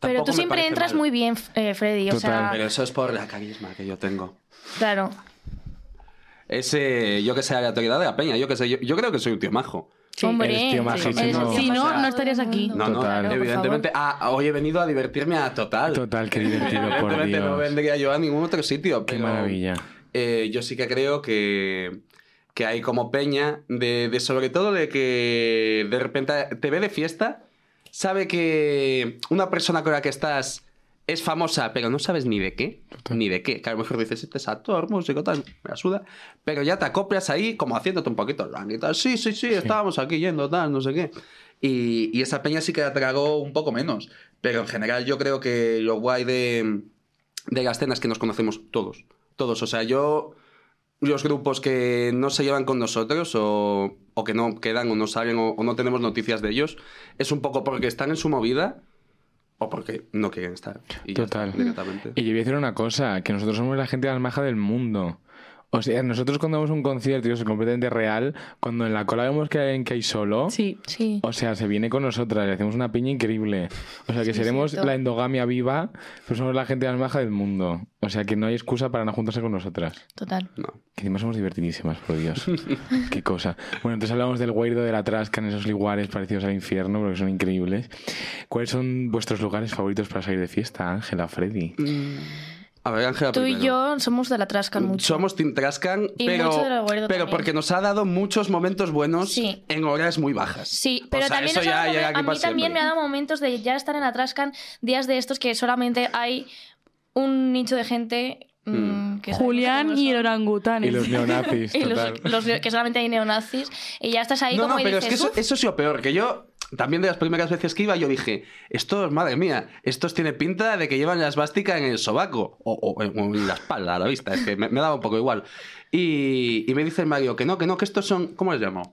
D: tampoco
E: tú
D: me
E: siempre
D: parece
E: entras
D: mal.
E: muy bien, eh, Freddy. O sea,
D: Pero eso es por la carisma que yo tengo.
E: claro.
D: Ese, yo que sé, aleatoriedad de la peña, yo que sé, yo, yo creo que soy un tío majo.
E: Hombre,
B: Eres tío majo,
E: eres
B: si
E: el
B: no-
E: tío
B: Si
E: majo
C: no,
E: del
C: no estarías
E: mundo.
C: aquí.
D: No, no,
B: Total.
E: Claro, por
D: evidentemente. Ah, hoy he venido a divertirme a total.
B: Total,
D: (laughs)
B: qué divertido, por
D: Evidentemente no
B: Dios.
D: vendría yo a ningún otro sitio.
B: Qué
D: pero,
B: maravilla.
D: eh, yo sí que creo que, que hay como peña de, de sobre todo de que de repente te ve de fiesta, sabe que una persona con la que estás es famosa, pero no sabes ni de qué,
B: Total.
D: ni de qué. Que a lo mejor dices, este es actor, músico, tal, me la suda. Pero ya te acoplas ahí como haciéndote un poquito el rango y tal. Sí, sí, sí, estábamos aquí yendo, tal, no sé qué.
F: Y, y esa peña sí que la tragó un poco menos.
D: Pero en general yo creo que lo guay de, de las cenas es que nos conocemos todos. Todos. O sea, yo... Los grupos que no se llevan con nosotros o, o que no quedan o no salen o, o no tenemos noticias de ellos, es un poco porque están en su movida o porque no quieren estar. Y ya
B: Total.
D: está, directamente.
B: Y yo voy a decir una cosa, que nosotros somos la gente más maja del mundo. O sea, nosotros cuando vamos a un concierto, y eso es completamente real, cuando en la cola vemos que hay alguien que hay solo,
D: ah,
C: Sí.
E: Sí.
B: o sea, se viene con nosotras, le hacemos una piña increíble. O sea, que
E: Sí,
B: seremos
E: cierto.
B: la endogamia viva, pero somos la gente más maja del mundo. O sea, que no hay excusa para no juntarse con nosotras.
E: Total.
D: No.
B: Que encima somos divertidísimas,
E: (laughs)
B: por Dios. Qué cosa. Bueno, entonces hablamos del Guairdo de la Trasca en esos lugares parecidos al infierno, porque son increíbles. ¿Cuáles son vuestros lugares favoritos para salir de fiesta, Ángela, Freddy?
D: Mm. A ver, Ángela.
E: Tú y
D: primero. Mm,
E: yo somos de la trasca mucho.
D: Somos Team Trascan,
E: Y
D: pero,
E: mucho de lo gordo
D: pero
E: también.
D: porque nos ha dado muchos momentos buenos
E: Sí.
D: en horas muy bajas.
E: Sí,
D: O
E: pero
D: sea,
E: también
D: eso
E: nos ha
D: ya
E: dado
D: llega
E: momen-
D: aquí
E: a
D: para
E: mí también
D: siempre.
E: me ha dado momentos de ya estar en Atrascan, días de estos que solamente hay un nicho de gente mm,
D: Mm.
E: que sabemos
C: Julián
E: cómo
C: y
E: son.
C: el
B: (laughs)
C: orangután.
B: Y los neonazis,
E: Y los-
B: total.
E: los neo- que solamente hay neonazis y ya estás ahí
D: no,
E: como
D: no,
E: y
D: pero es
E: dices,
D: que eso,
E: "Uf".
D: eso es lo peor, que yo también de las primeras veces que iba yo dije, estos, madre mía, estos tiene pinta de que llevan la esvástica en el sobaco o, o en- o en la espalda, a la vista, es que me, me daba un poco igual. Y, y me dice el Mario que no, que no, que estos son, ¿cómo les llamo?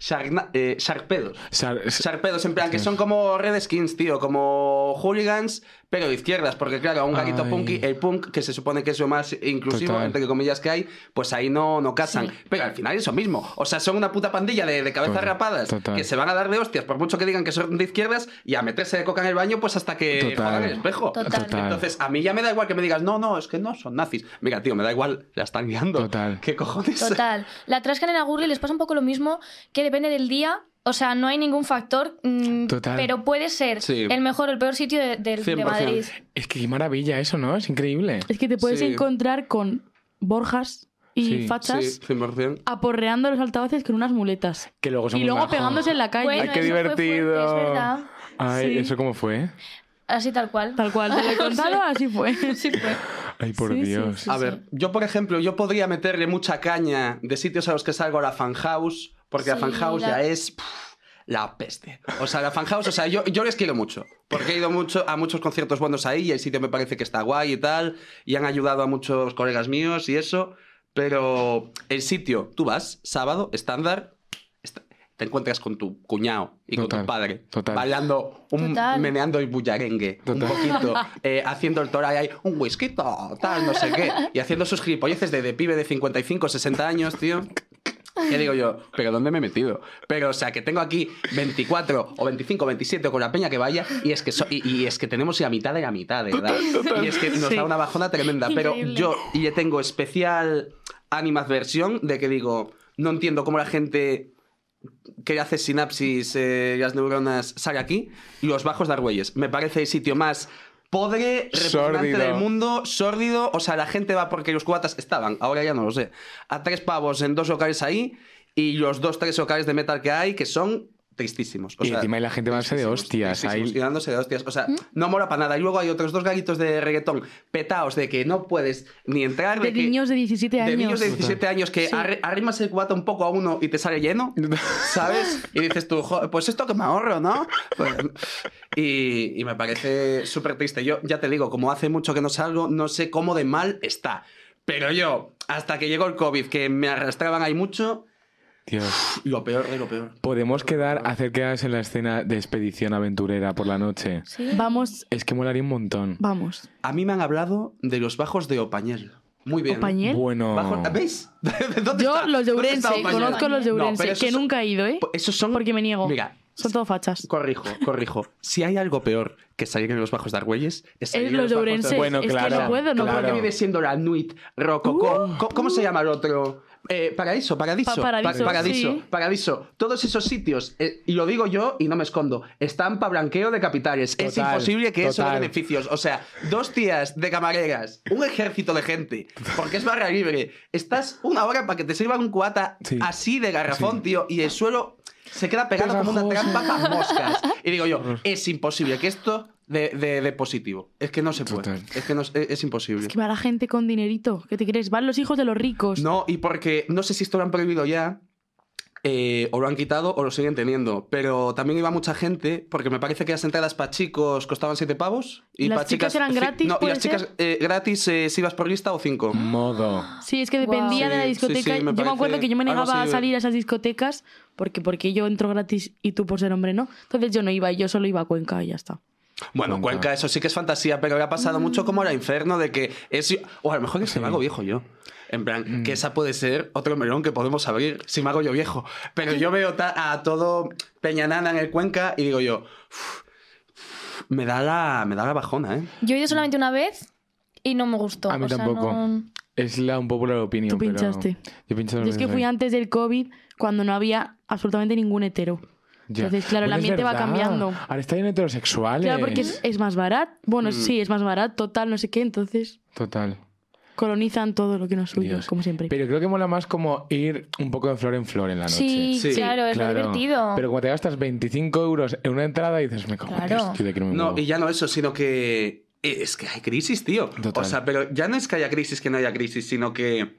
D: Sarna- eh, sarpedos.
B: Sar-
D: Sarpedos, en plan, que son como Red Skins, tío, como hooligans, pero de izquierdas, porque claro, a un garito
B: Ay.
D: punky, el punk, que se supone que es lo más inclusivo,
B: Total.
D: entre comillas, que hay, pues ahí no, no casan.
E: Sí.
D: Pero al final es lo mismo. O sea, son una puta pandilla de, de cabezas
B: Total,
D: rapadas
B: total.
D: que se van a dar de hostias, por mucho que digan que son de izquierdas, y a meterse de coca en el baño, pues hasta que
B: Total.
D: jodan el espejo.
E: Total.
B: Total.
D: Entonces, a mí ya me da igual que me digas, no, no, es que no son nazis. Mira, tío, me da igual, la están guiando.
B: Total.
D: ¿Qué cojones?
E: Total. La Trascan en Agurli les pasa un poco lo mismo, que depende del día. O sea, no hay ningún factor, mm,
B: Total.
E: pero puede ser
D: Sí.
E: el mejor o el peor sitio de, del- de
D: 100%.
E: Madrid.
B: Es que qué maravilla eso, ¿no? Es increíble.
C: Es que te puedes
D: Sí.
C: encontrar con Borjas y
B: Sí.
C: Fachas
D: Sí, 100%.
C: aporreando los altavoces con unas muletas.
B: Que
D: Pues
B: luego son
C: Y
B: muy
C: luego
B: majos.
C: pegándose en la calle.
E: Bueno,
B: Ay, qué
E: eso fue fuerte,
B: divertido.
E: es verdad.
B: Ay,
C: Sí.
B: ¿eso cómo fue?
E: Así tal cual.
C: Tal cual, te
E: (laughs)
C: lo he contado, así fue.
E: Sí fue.
B: Ay, por
C: Sí, sí,
B: Dios.
C: sí.
D: A ver, yo por ejemplo, yo podría meterle mucha caña de sitios a los que salgo a la fan house, porque la
E: Sí,
D: fan house
E: la-
D: ya es pff, la peste. O sea, la fan house, o sea, yo, yo les quiero mucho, porque he ido mucho a muchos conciertos buenos ahí y el sitio me parece que está guay y tal, y han ayudado a muchos colegas míos y eso, pero el sitio, tú vas, sábado, estándar, est- te encuentras con tu cuñado y con
B: Total,
D: tu padre
B: total.
D: bailando, un,
E: Total.
D: meneando el bullarengue
B: Total.
D: un poquito, eh, haciendo el toray ahí, un whisky, tal, no sé qué, y haciendo sus gilipolleces de, de pibe de 55, 60 años, tío. ¿Qué digo yo? ¿Pero dónde me he metido? Pero, o sea, que tengo aquí 24 o 25 o 27 con la peña que vaya y es que, so- y, y es que tenemos la mitad de la mitad, de verdad. Y es que nos
C: Sí.
D: da una bajona tremenda.
E: Increíble.
D: Pero yo y le tengo especial animadversión de que digo, no entiendo cómo la gente que hace sinapsis eh, las neuronas sale aquí, los bajos de Argüelles. Me parece el sitio más podre, repugnante
B: Sórdido.
D: del mundo, sórdido. O sea, la gente va porque los cubatas estaban, ahora ya no lo sé, a tres pavos en dos locales ahí y los dos, tres locales de metal que hay que son tristísimos. O
B: Y
D: sea,
B: encima hay la gente dándose de
D: tristísimos,
B: hostias.
D: tristísimos,
B: Ahí...
D: Y dándose de hostias. O sea, no mola para nada. Y luego hay otros dos garitos de reggaetón petaos de que no puedes ni entrar.
C: De
D: que-
C: niños de 17 años.
D: de niños de 17 años que arri- arrimas el cubata un poco a uno y te sale lleno, ¿sabes? Y dices tú, "Jo, pues esto que me ahorro, ¿no? Pues- y, y me parece súper triste. Yo ya te digo, como hace mucho que no salgo, no sé cómo de mal está. Pero yo, hasta que llegó el COVID, que me arrastraban ahí mucho,
B: Dios.
D: lo peor de lo peor.
B: Podemos quedar, hacer quedadas en la escena de expedición aventurera por la noche.
E: Sí.
C: Vamos,
B: Es que molaría un montón.
C: vamos.
D: A mí me han hablado de los bajos de Opañel. Muy bien.
C: Opañel.
B: Bueno.
D: Bajos- ¿Veis? (laughs) ¿Dónde
C: Yo
D: está?
C: los de
D: ¿Dónde
C: Urense,
D: está Opañel?
C: conozco los de
D: No, pero
C: Urense,
D: esos
C: que
D: son- Pues
C: nunca he ido, ¿eh?
D: Esos son...
C: Porque me niego.
D: Mira,
C: Son todo fachas.
D: Corrijo, corrijo. Si hay algo peor que salir en los bajos de Argüelles, es salir
C: Es
D: en
C: los de
D: bajos
C: Urense.
B: Bueno,
C: es que
B: claro,
C: no puedo, no Uh.
D: Todo lo
B: claro.
D: que viene siendo la Nuit, Rococó. Co- ¿Cómo se llama el otro? Eh, paraíso, paradiso.
C: Pa- Paradiso,
D: paradiso,
C: sí.
D: paradiso. Todos esos sitios, eh, y lo digo yo y no me escondo, están para blanqueo de capitales. es
B: Total,
D: imposible que eso
B: total.
D: dé beneficios. O sea, dos tías de camareras, un ejército de gente, porque es barra libre. Estás una hora para que te sirvan un cuata
B: Sí.
D: así de garrafón,
B: Sí.
D: tío, y el suelo se queda pegado como una
B: Pegajoso.
D: trampa para moscas. Y
B: (laughs)
D: digo yo, es imposible que esto de, de- de positivo. Es que no se puede.
B: Total.
D: Es que no, es, es imposible.
C: Es que va la gente con dinerito. ¿Qué te crees? Van los hijos de los ricos.
D: No, y porque no sé si esto lo han prohibido ya, eh, o lo han quitado, o lo siguen teniendo. Pero también iba mucha gente, porque me parece que las entradas para chicos costaban 7 pavos. Y
C: ¿Las
D: pa'
C: chicas eran
D: ci-
C: gratis,
D: No, y
C: puede
D: las chicas
C: ser?
D: eh, gratis eh, si ibas por lista o 5.
B: Modo.
C: Sí, es que dependía
E: Wow.
C: de la
D: Sí,
C: discoteca.
D: sí, sí, me
C: yo me
D: parece
C: acuerdo que yo me
D: algo
C: negaba a
D: así.
C: salir a esas discotecas porque, porque yo entro gratis y tú por ser hombre no. Entonces yo no iba, yo solo iba a Cuenca y ya está.
D: Bueno,
B: Cuenca.
D: Cuenca, eso sí que es fantasía, pero le ha pasado mucho como era inferno de que es. O a lo mejor que se me hago viejo yo. En plan, que esa puede ser otro melón que podemos abrir si me hago yo viejo. Pero yo veo ta- a todo Peñanana en el Cuenca y digo yo. "Uf, uf, Me da, la, me da la bajona, ¿eh?
E: Yo he ido solamente una vez y no me gustó.
B: A mí
E: o sea,
B: tampoco.
E: no-
B: Es la un popular opinion.
C: Tú
B: pero-
C: pinchaste.
B: Yo pinché dos
C: Yo es que
B: veces
C: fui
B: ahí.
C: antes del COVID cuando no había absolutamente ningún hetero.
B: Ya.
C: Entonces, claro, el
B: Bueno, es
C: ambiente va
B: verdad.
C: cambiando.
B: Ahora está bien heterosexuales.
C: Claro, porque es, es más barato.
D: Mm.
C: Bueno, sí, es más barato, total, no sé qué. Entonces
B: Total.
C: colonizan todo lo que no es suyo,
B: Dios.
C: como siempre.
B: Pero creo que mola más como ir un poco de flor en flor en la noche.
E: Sí,
D: Sí,
E: claro, es
B: Claro.
E: muy divertido.
B: Pero cuando te gastas 25 euros en una entrada y dices, me cago en
E: Claro.
B: Dios, tío, de que no me
D: No,
B: muevo.
D: y ya no eso, sino que. eh, Es que hay crisis, tío.
B: Total.
D: O sea, pero ya no es que haya crisis, que no haya crisis, sino que.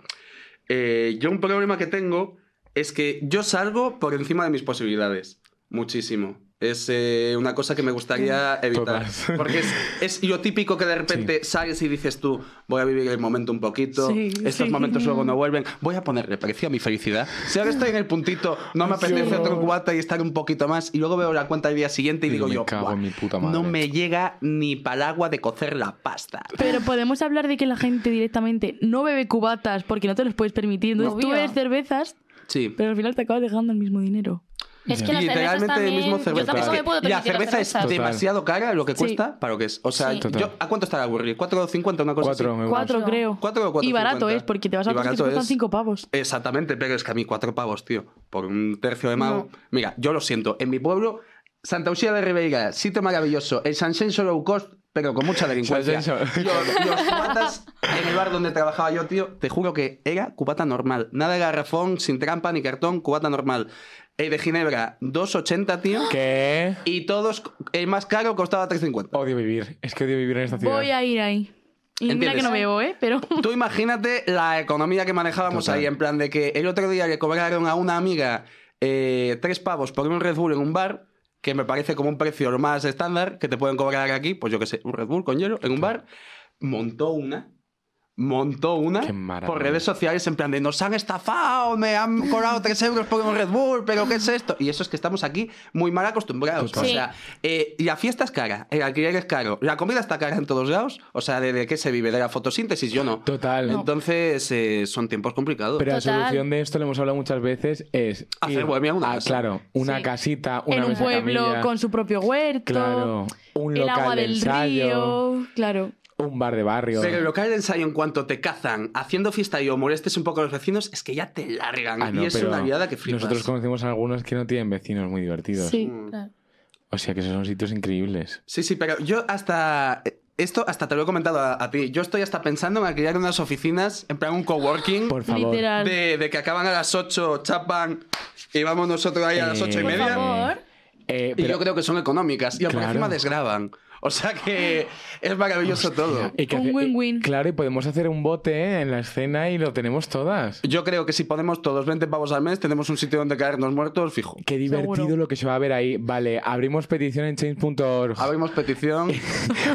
D: eh, yo un problema que tengo es que yo salgo por encima de mis posibilidades. Muchísimo. Es eh, una cosa que me gustaría evitar.
B: Todas.
D: Porque es, es lo típico que de repente sales y dices tú, voy a vivir el momento un poquito,
C: Sí,
D: estos
C: sí.
D: momentos luego no vuelven, voy a ponerle precio a mi felicidad. Si ahora estoy en el puntito, no me apetece otro cubata y estar un poquito más, y luego veo la cuenta del día siguiente y,
B: Y
D: digo
B: me
D: yo,
B: cago en
D: "Buah,
B: mi puta
D: no
B: madre".
D: me llega ni pa'l agua de cocer la pasta.
C: Pero podemos hablar de que la gente directamente no bebe cubatas porque no te los puedes permitir. Entonces tú
E: Obvio.
C: bebes cervezas,
D: Sí.
C: pero al final te acabas dejando el mismo dinero.
E: Es que las cervezas
D: literalmente el
E: también...
D: mismo
E: Yo
D: cerveza.
E: tampoco me puedo
D: Y la
E: permitir las
D: cerveza es
E: cervezas.
B: Total.
D: demasiado cara lo que
C: Sí.
D: cuesta para lo que es. O sea,
E: Sí.
B: Total.
D: yo- ¿a cuánto está la burger? ¿4,50?
B: Cuatro
D: Una cosa pues así.
B: euros.
C: Cuatro,
E: no.
C: creo.
D: Cuatro o cuatro
C: y barato
D: cincuenta.
C: es, porque te vas
D: Y
C: a otros que
D: barato
C: te cuestan
D: es.
C: cinco pavos.
D: Exactamente, pero es que a mí cuatro pavos, tío, por un tercio de mago. Mira, yo lo siento, en mi pueblo, Santa Lucía de Ribeira, sitio maravilloso, el San Senso low cost, pero con mucha delincuencia.
B: San Senso.
D: Los, los cubatas en el bar donde trabajaba yo, tío, te juro que era cubata normal. Nada de garrafón, sin trampa ni cartón, cubata normal. El de Ginebra, 2,80, tío.
B: ¿Qué?
D: Y todos, el más caro costaba 3,50.
B: Odio vivir. Es que odio vivir en esta ciudad.
C: Voy a ir ahí. Y mira
D: ¿Entiendes?
C: que no bebo, ¿eh? Pero...
D: Tú imagínate la economía que manejábamos
B: Total.
D: ahí, en plan de que el otro día le cobraron a una amiga eh, tres pavos por un Red Bull en un bar, que me parece como un precio lo más estándar que te pueden cobrar aquí, pues yo qué sé, un Red Bull con hielo en un bar, montó una. Montó una
B: Qué maravilla.
D: por redes sociales en plan de nos han estafado, me han cobrado tres euros por un Red Bull, pero ¿qué es esto? Y eso es que estamos aquí muy mal acostumbrados.
B: Total.
D: O sea, eh, la fiesta es cara, el alquiler es caro, la comida está cara en todos lados. O sea, ¿de, de qué se vive? ¿De la fotosíntesis? Yo no.
B: Total.
D: Entonces, eh, son tiempos complicados.
B: Pero la
E: Total.
B: solución de esto, lo hemos hablado muchas veces, es...
D: Hacer
B: ir
D: bohemia una
B: a,
D: casa.
B: Claro, una
E: Sí.
B: casita, una
C: en un
B: mesa
C: pueblo
B: camilla,
C: con su propio huerto.
B: Claro, un
C: el
B: local
C: agua
B: de
C: del
B: ensayo,
C: río. Claro.
B: un bar de barrio.
D: Pero el local de ensayo, en cuanto te cazan haciendo fiesta y o molestes un poco a los vecinos, es que ya te largan.
B: Ah, no,
D: y es
B: pero
D: una liada que flipas.
B: Nosotros conocemos a algunos que no tienen vecinos muy divertidos.
C: Sí.
E: Claro.
B: O sea que esos son sitios increíbles.
D: Sí, sí, pero yo hasta. eh, Esto hasta te lo he comentado a, a ti. Yo estoy hasta pensando en alquilar unas oficinas, en plan un coworking,
B: Por favor.
C: Literal.
D: de, de que acaban a las 8, chapan y vamos nosotros ahí a las 8 y
B: Eh,
D: media.
E: favor.
B: eh,
D: Y
B: pero-
D: yo creo que son económicas. Y por
B: Claro.
D: encima desgraban. O
B: (laughs)
D: sea que es maravilloso todo.
B: Y que
C: Un
B: hace-
C: win-win.
B: y- Claro, y podemos hacer un bote ¿eh? en la escena y lo tenemos todas.
D: Yo creo que si ponemos todos 20 pavos al mes, tenemos un sitio donde caernos muertos fijo.
B: Qué divertido
C: Seguro.
B: lo que se va a ver ahí. Vale, abrimos petición en change.org. (laughs)
D: Abrimos petición.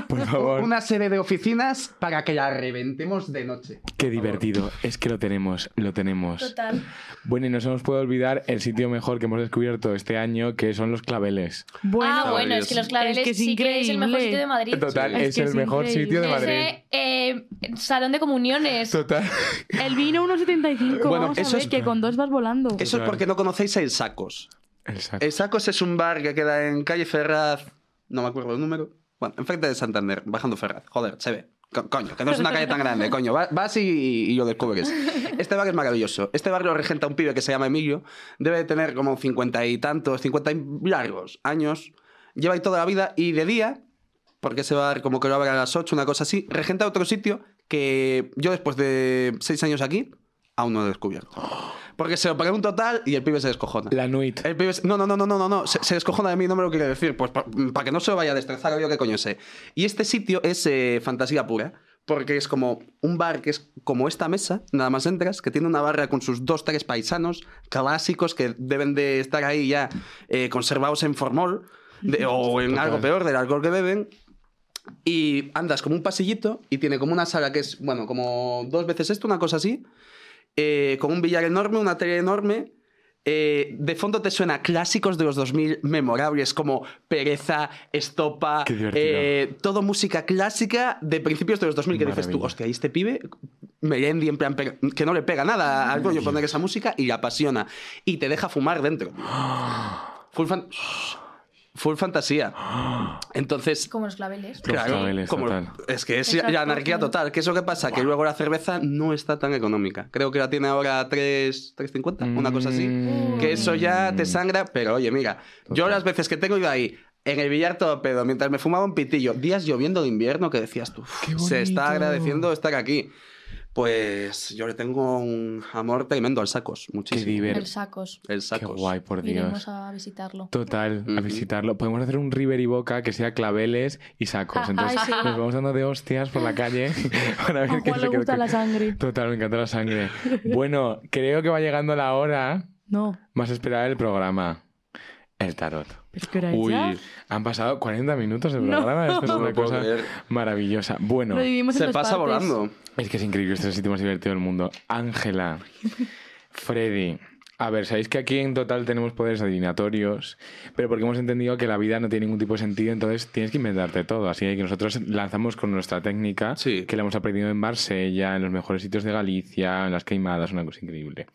B: Por favor.
D: Una serie de oficinas para que la reventemos de noche.
B: Qué divertido. Es que lo tenemos, lo tenemos.
E: Total. Ah,
B: Bueno, y no se nos puede olvidar el sitio mejor que hemos descubierto este año, que son los claveles.
C: Bueno,
E: ah, bueno, es que los claveles
C: Es que es
E: sí que es el mejor
C: increíble.
E: sitio de Madrid.
B: Total,
C: Es
B: es,
C: que
B: el
C: es
B: mejor
C: increíble.
B: sitio de Madrid.
E: Ese eh, salón de comuniones.
B: Total.
C: el vino 1.75.
D: Bueno,
C: vamos a
D: eso
C: ver
D: es-
C: que con dos vas volando.
D: Eso es
B: Claro.
D: porque no conocéis el Sacos.
B: El saco.
D: El Sacos es un bar que queda en calle Ferraz. No me acuerdo el número. Bueno, enfrente de Santander, bajando Ferraz. Joder, se ve. Co- coño, que no es una calle tan grande, coño. Va- Vas y, y lo descubres. Este bar es maravilloso. Este bar lo regenta un pibe que se llama Emilio. Debe de tener como cincuenta y tantos, cincuenta y largos años. Lleva ahí toda la vida y de día, porque ese bar como que lo abre a las 8, una cosa así, regenta otro sitio que yo después de seis años aquí aún no he descubierto. Porque se lo pregunto tal y el pibe se descojona.
B: La Nuit.
D: El pibe se- Eh, No, no, no, no, no, no, no. Se, se descojona de mí, no me lo quiere decir. Pues para que no se lo vaya a destrozar, o yo qué coño sé. Y este sitio es eh, fantasía pura. Porque es como un bar que es como esta mesa, nada más entras, que tiene una barra con sus dos, tres paisanos clásicos que deben de estar ahí ya eh, conservados en formol de- o en
B: Total.
D: algo peor del alcohol que beben. Y andas como un pasillito y tiene como una sala que es, bueno, como dos veces esto, una cosa así, eh, con un billar enorme, una tele enorme eh, de fondo te suena clásicos de los 2000 memorables como Pereza, Estopa,
B: Qué divertido.
D: eh, todo música clásica de principios de los 2000 que dices tú,
B: Maravilla.
D: hostia, ¿y este pibe, Melendi, en plan, pero que no le pega nada al rollo poner esa música y la apasiona y te deja fumar
B: (gasps)
D: dentro. Full, fan-
B: (gasps)
D: full fantasía. Entonces,
E: Como los claveles.
B: Los claveles,
D: como-
B: total.
D: es que es
E: Exacto,
D: la anarquía
E: claro.
D: total. ¿Qué es lo que pasa? Que luego la cerveza no está tan económica. Creo que la tiene ahora a 3, 3.50, una cosa así.
B: Mm.
D: Que eso ya te sangra, pero oye, mira, yo
B: Total.
D: las veces que tengo ido ahí, en el billar todo pedo, mientras me fumaba un pitillo, días lloviendo de invierno que decías tú, "Uf,
B: Qué
D: se está
B: bonito".
D: agradeciendo estar aquí. Pues yo le tengo un amor tremendo al sacos,
B: Qué
D: muchísimo.
E: El
B: divertido.
E: sacos.
D: El
B: Qué
D: sacos.
B: guay, por Dios.
E: Iremos a visitarlo.
B: Total, a
D: Ujú.
B: visitarlo. Podemos hacer un River y Boca que sea claveles y sacos. Entonces
E: Ay, sí.
B: nos vamos dando de hostias por la calle (laughs) para
C: A
B: ver qué
C: Juan
B: se
C: le
B: queda-
C: gusta la sangre.
B: Total, me encanta la sangre. Bueno, creo que va llegando la hora
C: No,
B: más esperada del programa. El tarot.
C: pero ¿qué hora es
D: Uy,
C: ya?
B: Han pasado 40 minutos del programa. Esto es
D: no
B: una
D: lo puedo
B: cosa
D: creer.
B: maravillosa. Bueno,
C: Lo dividimos en
D: Se
C: dos
D: pasa
C: partes.
D: volando.
B: es que es increíble. Este es el sitio más divertido del mundo. Ángela, Freddy. A ver, sabéis que aquí en total tenemos poderes adivinatorios, pero porque hemos entendido que la vida no tiene ningún tipo de sentido, entonces tienes que inventarte todo. Así que nosotros lanzamos con nuestra técnica,
D: Sí.
B: que la hemos aprendido en Marsella, en los mejores sitios de Galicia, en las Queimadas, una cosa increíble.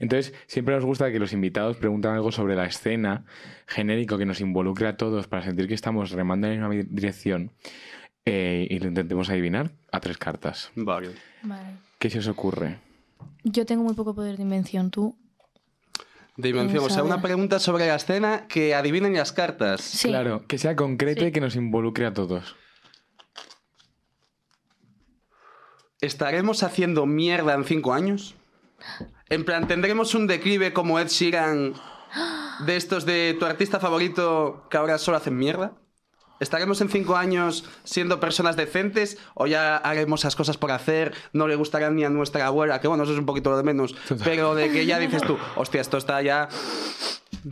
B: Entonces, siempre nos gusta que los invitados preguntan algo sobre la escena, genérico, que nos involucre a todos para sentir que estamos remando en la misma dirección eh, y lo intentemos adivinar a tres cartas.
D: Vale.
E: Vale.
B: ¿Qué se os ocurre?
E: Yo tengo muy poco poder de invención, tú.
D: Dimensión, o
E: Vamos a
D: sea, una
E: ver.
D: pregunta sobre la escena que adivinen las cartas.
E: Sí.
B: Claro, que sea concreto
E: Sí.
B: y que nos involucre a todos.
D: ¿Estaremos haciendo mierda en cinco años? En plan, ¿tendremos un declive como Ed Sheeran de estos de tu artista favorito que ahora solo hacen mierda? ¿Estaremos en cinco años siendo personas decentes o ya haremos las cosas por hacer? No le gustarán ni a nuestra abuela, que bueno, eso es un poquito lo de menos. Pero de que ya dices tú, hostia, esto está ya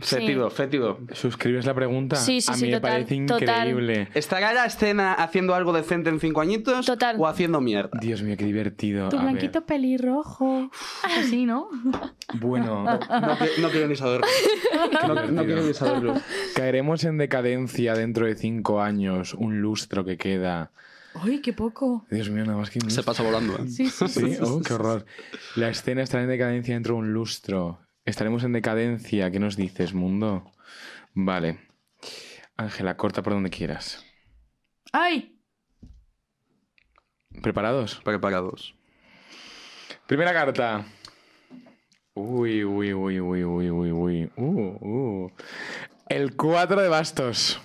D: fétido, fétido.
B: ¿Suscribes la pregunta?
E: Sí, sí,
B: a mí
E: sí,
B: me
E: total,
B: parece
E: total.
B: increíble.
D: ¿Estará la escena haciendo algo decente en cinco añitos
E: Total.
D: o haciendo mierda?
B: Dios mío, qué divertido.
C: Tu
B: A ver.
C: blanquito pelirrojo. Así, ¿no?
E: (laughs)
B: Bueno,
D: No, qui- no quiero ni saberlo. No, no quiero ni saberlo.
B: caeremos en decadencia dentro de cinco años, un lustro que queda.
C: Ay, qué poco.
B: Dios mío, nada más que un
D: Se
B: lustro.
D: pasa volando, ¿eh?
C: Sí, sí, sí.
B: Sí, oh, qué horror. La escena estará en decadencia dentro de un lustro. Estaremos en decadencia. ¿Qué nos dices, mundo? Vale. Ángela, corta por donde quieras.
C: ¡Ay!
B: ¿Preparados?
D: Preparados.
B: Primera carta. Uy, uy, uy, uy, uy, uy, uy. Uh, uh. El 4 de bastos.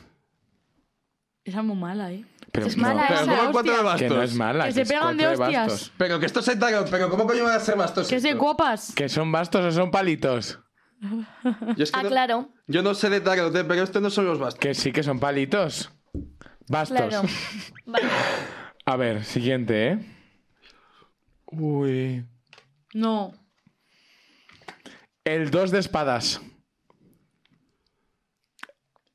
C: Esa es muy mala, ¿eh?
B: Pero
C: Es
B: no,
C: mala
B: pero
D: Pero
C: esa,
D: ¿cómo el cuatro de
C: hostia.
D: bastos?
B: que no es mala.
C: Que se
B: es
C: pegan de
B: 4
C: hostias.
B: bastos.
D: Pero que esto se tarot, pero ¿cómo coño van a ser bastos?
C: Que es de
D: esto?
C: copas.
B: ¿Que son bastos o son palitos?
D: Yo, es que
E: Ah,
D: no-
E: claro.
D: yo no sé de tarot, ¿eh? pero estos no son los bastos.
B: Que sí que son palitos. Bastos.
E: Claro. (laughs) Vale.
B: A ver, siguiente, ¿eh? Uy.
C: No.
B: El 2 de espadas.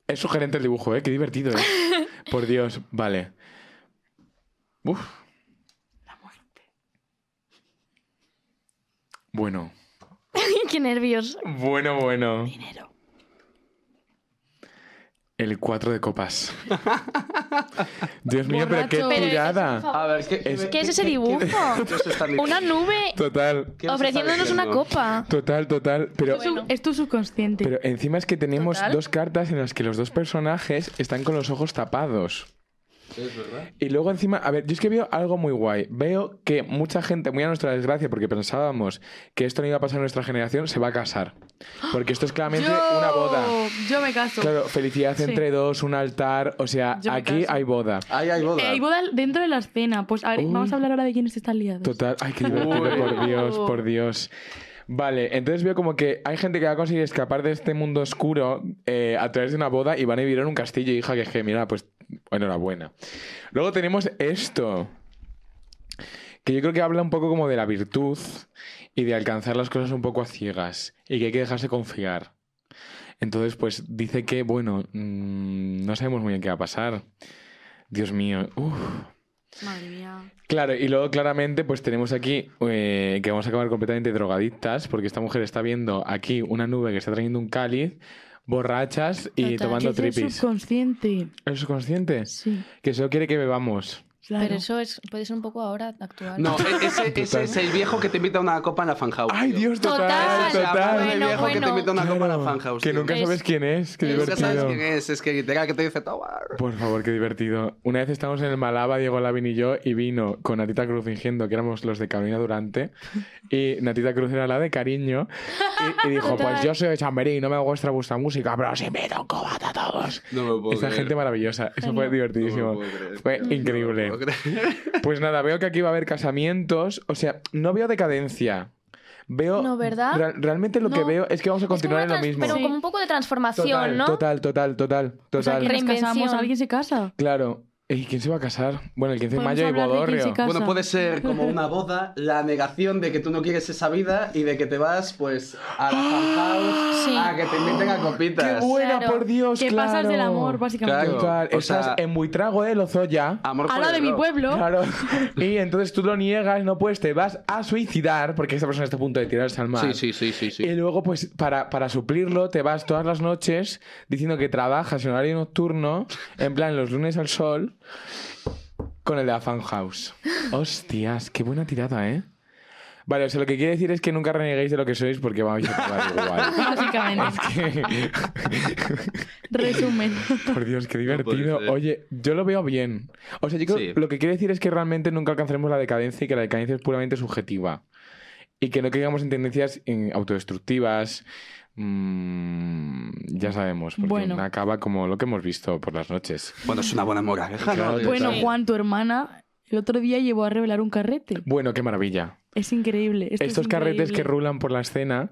B: Es sugerente el dibujo, ¿eh? Qué divertido, ¿eh? Por Dios, vale. Uf. Bueno,
E: Qué nervios.
B: bueno, bueno.
C: Dinero.
B: El 4 de copas. Dios mío, pero qué
C: Borracho. Pero es
B: tirada.
D: A ver, ¿qué
B: Es-
E: ¿Qué es ese dibujo?
D: nos están diciendo?
E: Una nube
B: Total,
D: ¿Qué nos
E: ofreciéndonos
D: están
E: una
D: diciendo?
E: copa.
B: total, total. Pero,
E: Bueno.
C: Es tu subconsciente.
B: pero encima es que tenemos
E: Total.
B: dos cartas en las que los dos personajes están con los ojos tapados.
D: Es verdad.
B: Y luego encima, a ver, yo es que veo algo muy guay. Veo que mucha gente, muy a nuestra desgracia, porque pensábamos que esto no iba a pasar en nuestra generación, se va a casar. Porque esto es claramente
C: Yo-
B: una boda.
C: (gasps) Yo me caso.
B: Claro, felicidad
C: Sí.
B: entre dos, un altar, o sea,
C: Yo me
B: aquí
C: caso.
B: hay boda.
D: Ahí hay boda.
C: Eh, hay boda dentro de la escena. Pues a ver,
B: Uy.
C: vamos a hablar ahora de quiénes están liados.
B: Total, ay, qué divertido,
D: Uy.
B: por Dios, por Dios. Vale, entonces veo como que hay gente que va a conseguir escapar de este mundo oscuro eh, a través de una boda y van a vivir en un castillo, hija, que es que, mira, pues enhorabuena. Luego tenemos esto, que yo creo que habla un poco como de la virtud y de alcanzar las cosas un poco a ciegas y que hay que dejarse confiar. Entonces, pues dice que, bueno, mm, no sabemos muy bien qué va a pasar. Dios mío, uff.
C: Madre mía.
B: Claro, y luego claramente pues tenemos aquí eh, que vamos a acabar completamente drogadictas porque esta mujer está viendo aquí una nube que está trayendo un cáliz, borrachas
E: Total.
B: y tomando
C: Que es el
B: tripis.
C: subconsciente.
B: ¿Es subconsciente?
C: Sí.
B: Que solo quiere que bebamos.
C: Claro.
E: Pero eso es, puede ser un poco ahora actual. (laughs)
D: No, e- ese, ese
B: Total.
D: es el viejo que te invita a una copa en la fanhouse.
B: ¡Ay,
D: tío.
B: Dios!
E: Total,
B: Total,
D: O sea, hablas del
E: Bueno,
D: viejo que te
E: bueno.
D: invita a una copa en la
B: Claro,
D: fanhouse.
B: que
D: tío.
B: nunca
E: Es-
B: sabes quién es. Qué
E: es-
D: Nunca
B: divertido.
D: sabes quién es, es que literal que te dice toma.
B: Por favor, qué divertido. Una vez estábamos en el Malaba, Diego Lavín y yo, y vino con Natita Cruz fingiendo que éramos los de Carolina Durante. Y Natita Cruz era la de cariño. Y, y dijo:
E: Total.
B: Pues yo soy de Chamberí y no me gusta vuestra música, pero os invito un cubata a todos.
D: No me puedo
B: Esa
D: creer.
B: gente maravillosa. Eso fue
E: Genio.
B: divertidísimo.
D: No me puedo creer.
B: fue
D: No me
B: increíble.
D: puedo creer.
B: Pues nada, veo que aquí va a haber casamientos. O sea, no veo decadencia. Veo.
E: No, ¿verdad?
B: Real- realmente lo que
C: No.
B: veo es que vamos a
E: Es como una
B: continuar en lo
E: trans-
B: mismo.
E: Pero
C: Sí.
E: como un poco de transformación,
B: total,
E: ¿no?
B: total, total, total, total.
C: O sea, que nos
E: Reinvención.
C: casamos, alguien se casa.
B: Claro. ¿Y quién se va a casar? Bueno, el 15 de
C: Podemos
B: mayo y
C: hablar de quién
B: Bodorrio.
C: se casa.
D: (laughs) Bueno, puede ser como una boda, la negación de que tú no quieres esa vida y de que te vas, pues, a la fanhouse
E: Sí.
D: a que te inviten a copitas.
B: ¡Ah! ¡Qué buena,
E: Claro.
B: por Dios!
C: Que
B: Pues claro.
C: pasas del amor, básicamente.
D: Claro.
B: Total,
D: O
B: estás
D: sea-
B: en Buitrago de Lozoya.
D: Amor por
C: A la
D: el
C: de mi
D: rock.
C: pueblo.
B: (laughs) Claro. Y entonces tú lo niegas, no puedes, te vas a suicidar, porque esta persona está a punto de tirarse al mar.
D: Sí, sí, sí, sí, sí.
B: Y luego, pues, para, para suplirlo, te vas todas las noches diciendo que trabajas en horario nocturno, en plan los lunes al sol, con el de la fan house. Hostias, qué buena tirada, ¿eh? Vale, o sea, lo que quiere decir es que nunca reneguéis de lo que sois porque vais a acabar igual.
C: (laughs) Básicamente.
B: (laughs) Es que-
C: Resumen.
B: Por Dios,
D: (laughs)
B: qué
D: puede
B: divertido.
D: ser.
B: Oye, yo lo veo bien. O sea, yo creo
D: Sí.
B: lo que quiero decir es que realmente nunca alcanzaremos la decadencia y que la decadencia es puramente subjetiva. Y que no caigamos en tendencias en autodestructivas. mm, ya sabemos, porque
C: Bueno.
B: una acaba como lo que hemos visto por las noches.
D: Bueno, es una buena moraleja,
B: Claro,
D: ¿no?
C: Bueno,
D: Sí.
C: Juan, tu hermana el otro día llevó a revelar un carrete.
B: Bueno, qué maravilla.
C: Es increíble. Esto es
B: Estos carretes que
C: increíble.
B: rulan por la escena,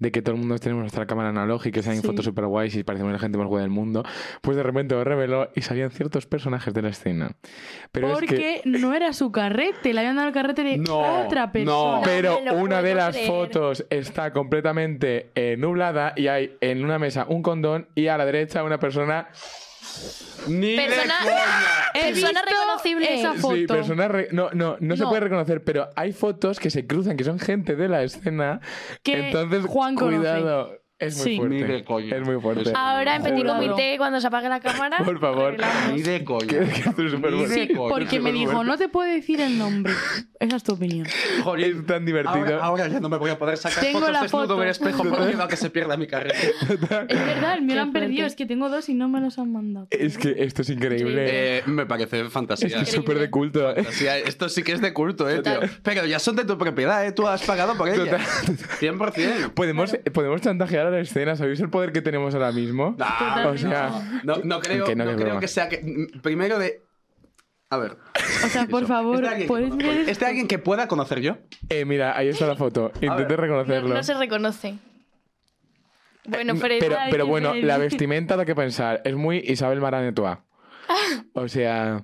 B: de que todo el mundo tenemos nuestra cámara analógica y salen
C: Sí.
B: fotos super guays y parecemos la gente más guay del mundo, pues de repente lo reveló y salían ciertos personajes de la escena. Pero es que...
C: Porque no era su carrete, le habían dado el carrete de
D: No,
C: otra
D: no.
C: persona.
B: Pero
E: me lo
B: una
E: puedo
B: de las
E: creer.
B: fotos está completamente eh, nublada y hay en una mesa un condón y a la derecha una persona.
D: Ni de
E: Persona-
D: coña.
C: (laughs) He
E: Persona
C: visto
E: reconocible.
C: Esa
E: Sí,
C: foto.
B: Sí, persona re- no, no, no, se
C: No.
B: puede reconocer, pero hay fotos que se cruzan, que son gente de la escena.
C: Que
B: Entonces,
C: Juan conoce.
B: cuidado. Es muy
C: Sí.
B: fuerte.
D: Ni de coña.
B: Es muy fuerte.
E: Ahora en Petit
B: Jurado.
E: Comité, cuando se apague la cámara.
B: Por favor.
E: arreglamos.
D: Ni de coña.
B: Que- que esto es súper
D: Ni de
B: fuerte.
C: Sí,
D: coña.
C: porque me dijo, no te puedo decir el nombre. Esa es tu opinión.
D: Jolín.
B: Es tan divertido.
D: Ahora, ahora ya no me voy a poder sacar
C: Tengo
D: fotos
C: la
D: desnudo
C: foto.
D: en el espejo por miedo a que se pierda
B: (laughs)
D: mi carrera.
C: Es verdad, el mío
E: Qué
C: lo han perdido.
E: fuerte.
C: Es que tengo dos y no me los han mandado.
B: Es que esto es increíble.
D: Eh, me parece
B: Esto
D: fantasía.
B: es súper de culto. eh.
D: Fantasía. Esto sí que es de culto, eh, tío. Pero ya son de tu propiedad, eh. Tú has pagado por ella. 100%.
B: (laughs) ¿Podemos, ¿Podemos chantajear a la escena? ¿Sabéis el poder que tenemos ahora mismo?
D: Nah,
B: O sea,
D: no, no creo,
B: Que no,
D: no,
B: que es
D: creo
B: broma.
D: que sea que. Primero de. A ver.
C: O sea, por
D: Eso.
C: favor,
D: ¿Es de alguien que este-
C: ¿puedes
D: conozco?
C: ver?
D: ¿Es de alguien que pueda conocer yo?
B: Eh, mira, ahí está la
D: (laughs)
B: foto. Intenté
D: ver.
E: No,
B: reconocerlo.
E: no se reconoce. Bueno,
B: Eh,
E: pero,
B: pero,
E: igual-
B: pero bueno,
C: Isabel.
B: la vestimenta da que pensar. Es muy Isabel Marán
E: (laughs)
B: Etoá. O sea.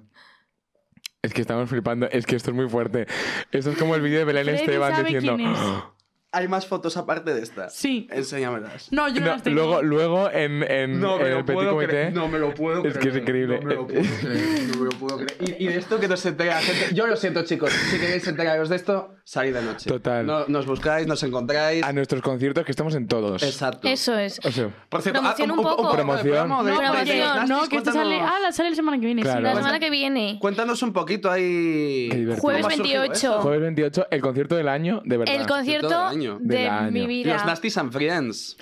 B: Es que estamos flipando. Es que esto es muy fuerte. Esto es como el vídeo de Belén
C: Freddy
B: Esteban
C: sabe
B: diciendo. (gasps)
C: quién es.
B: "Oh".
D: Hay más fotos aparte de esta.
C: Sí.
D: Enséñamelas.
C: No, yo no,
B: No,
C: las tengo.
B: luego, luego en, en, Mm, en el Petit Comité.
D: No me lo puedo
B: Es que es increíble.
D: No me lo puedo creer. no me lo puedo creer. Y, y de esto que no se entera la gente. Yo lo siento, chicos. Si queréis enteraros de esto, salid de noche.
B: Total. Ah,
D: No- nos buscáis, nos encontráis.
B: A nuestros conciertos que estamos en todos.
D: Exacto.
E: Eso es.
B: O sea,
D: Por cierto,
E: Promociona
D: ah,
E: un poco.
B: Promoción.
D: promo de-
C: No,
D: de-
E: Promoción,
D: de-
C: porque-
D: de-
C: no, que esto sale. Ah, la sale la semana que viene. sí.
B: Claro.
E: La semana que viene.
D: Cuéntanos un poquito ahí.
B: Qué divertido.
E: Jueves
D: ¿Cómo ha surgido
E: 28.
D: esto? ¿eh?
B: Jueves 28, el concierto del año, de verdad.
E: El concierto
D: Todo el año.
E: de
B: Del año.
E: mi
D: Los
E: vida.
D: Nasties and Friends.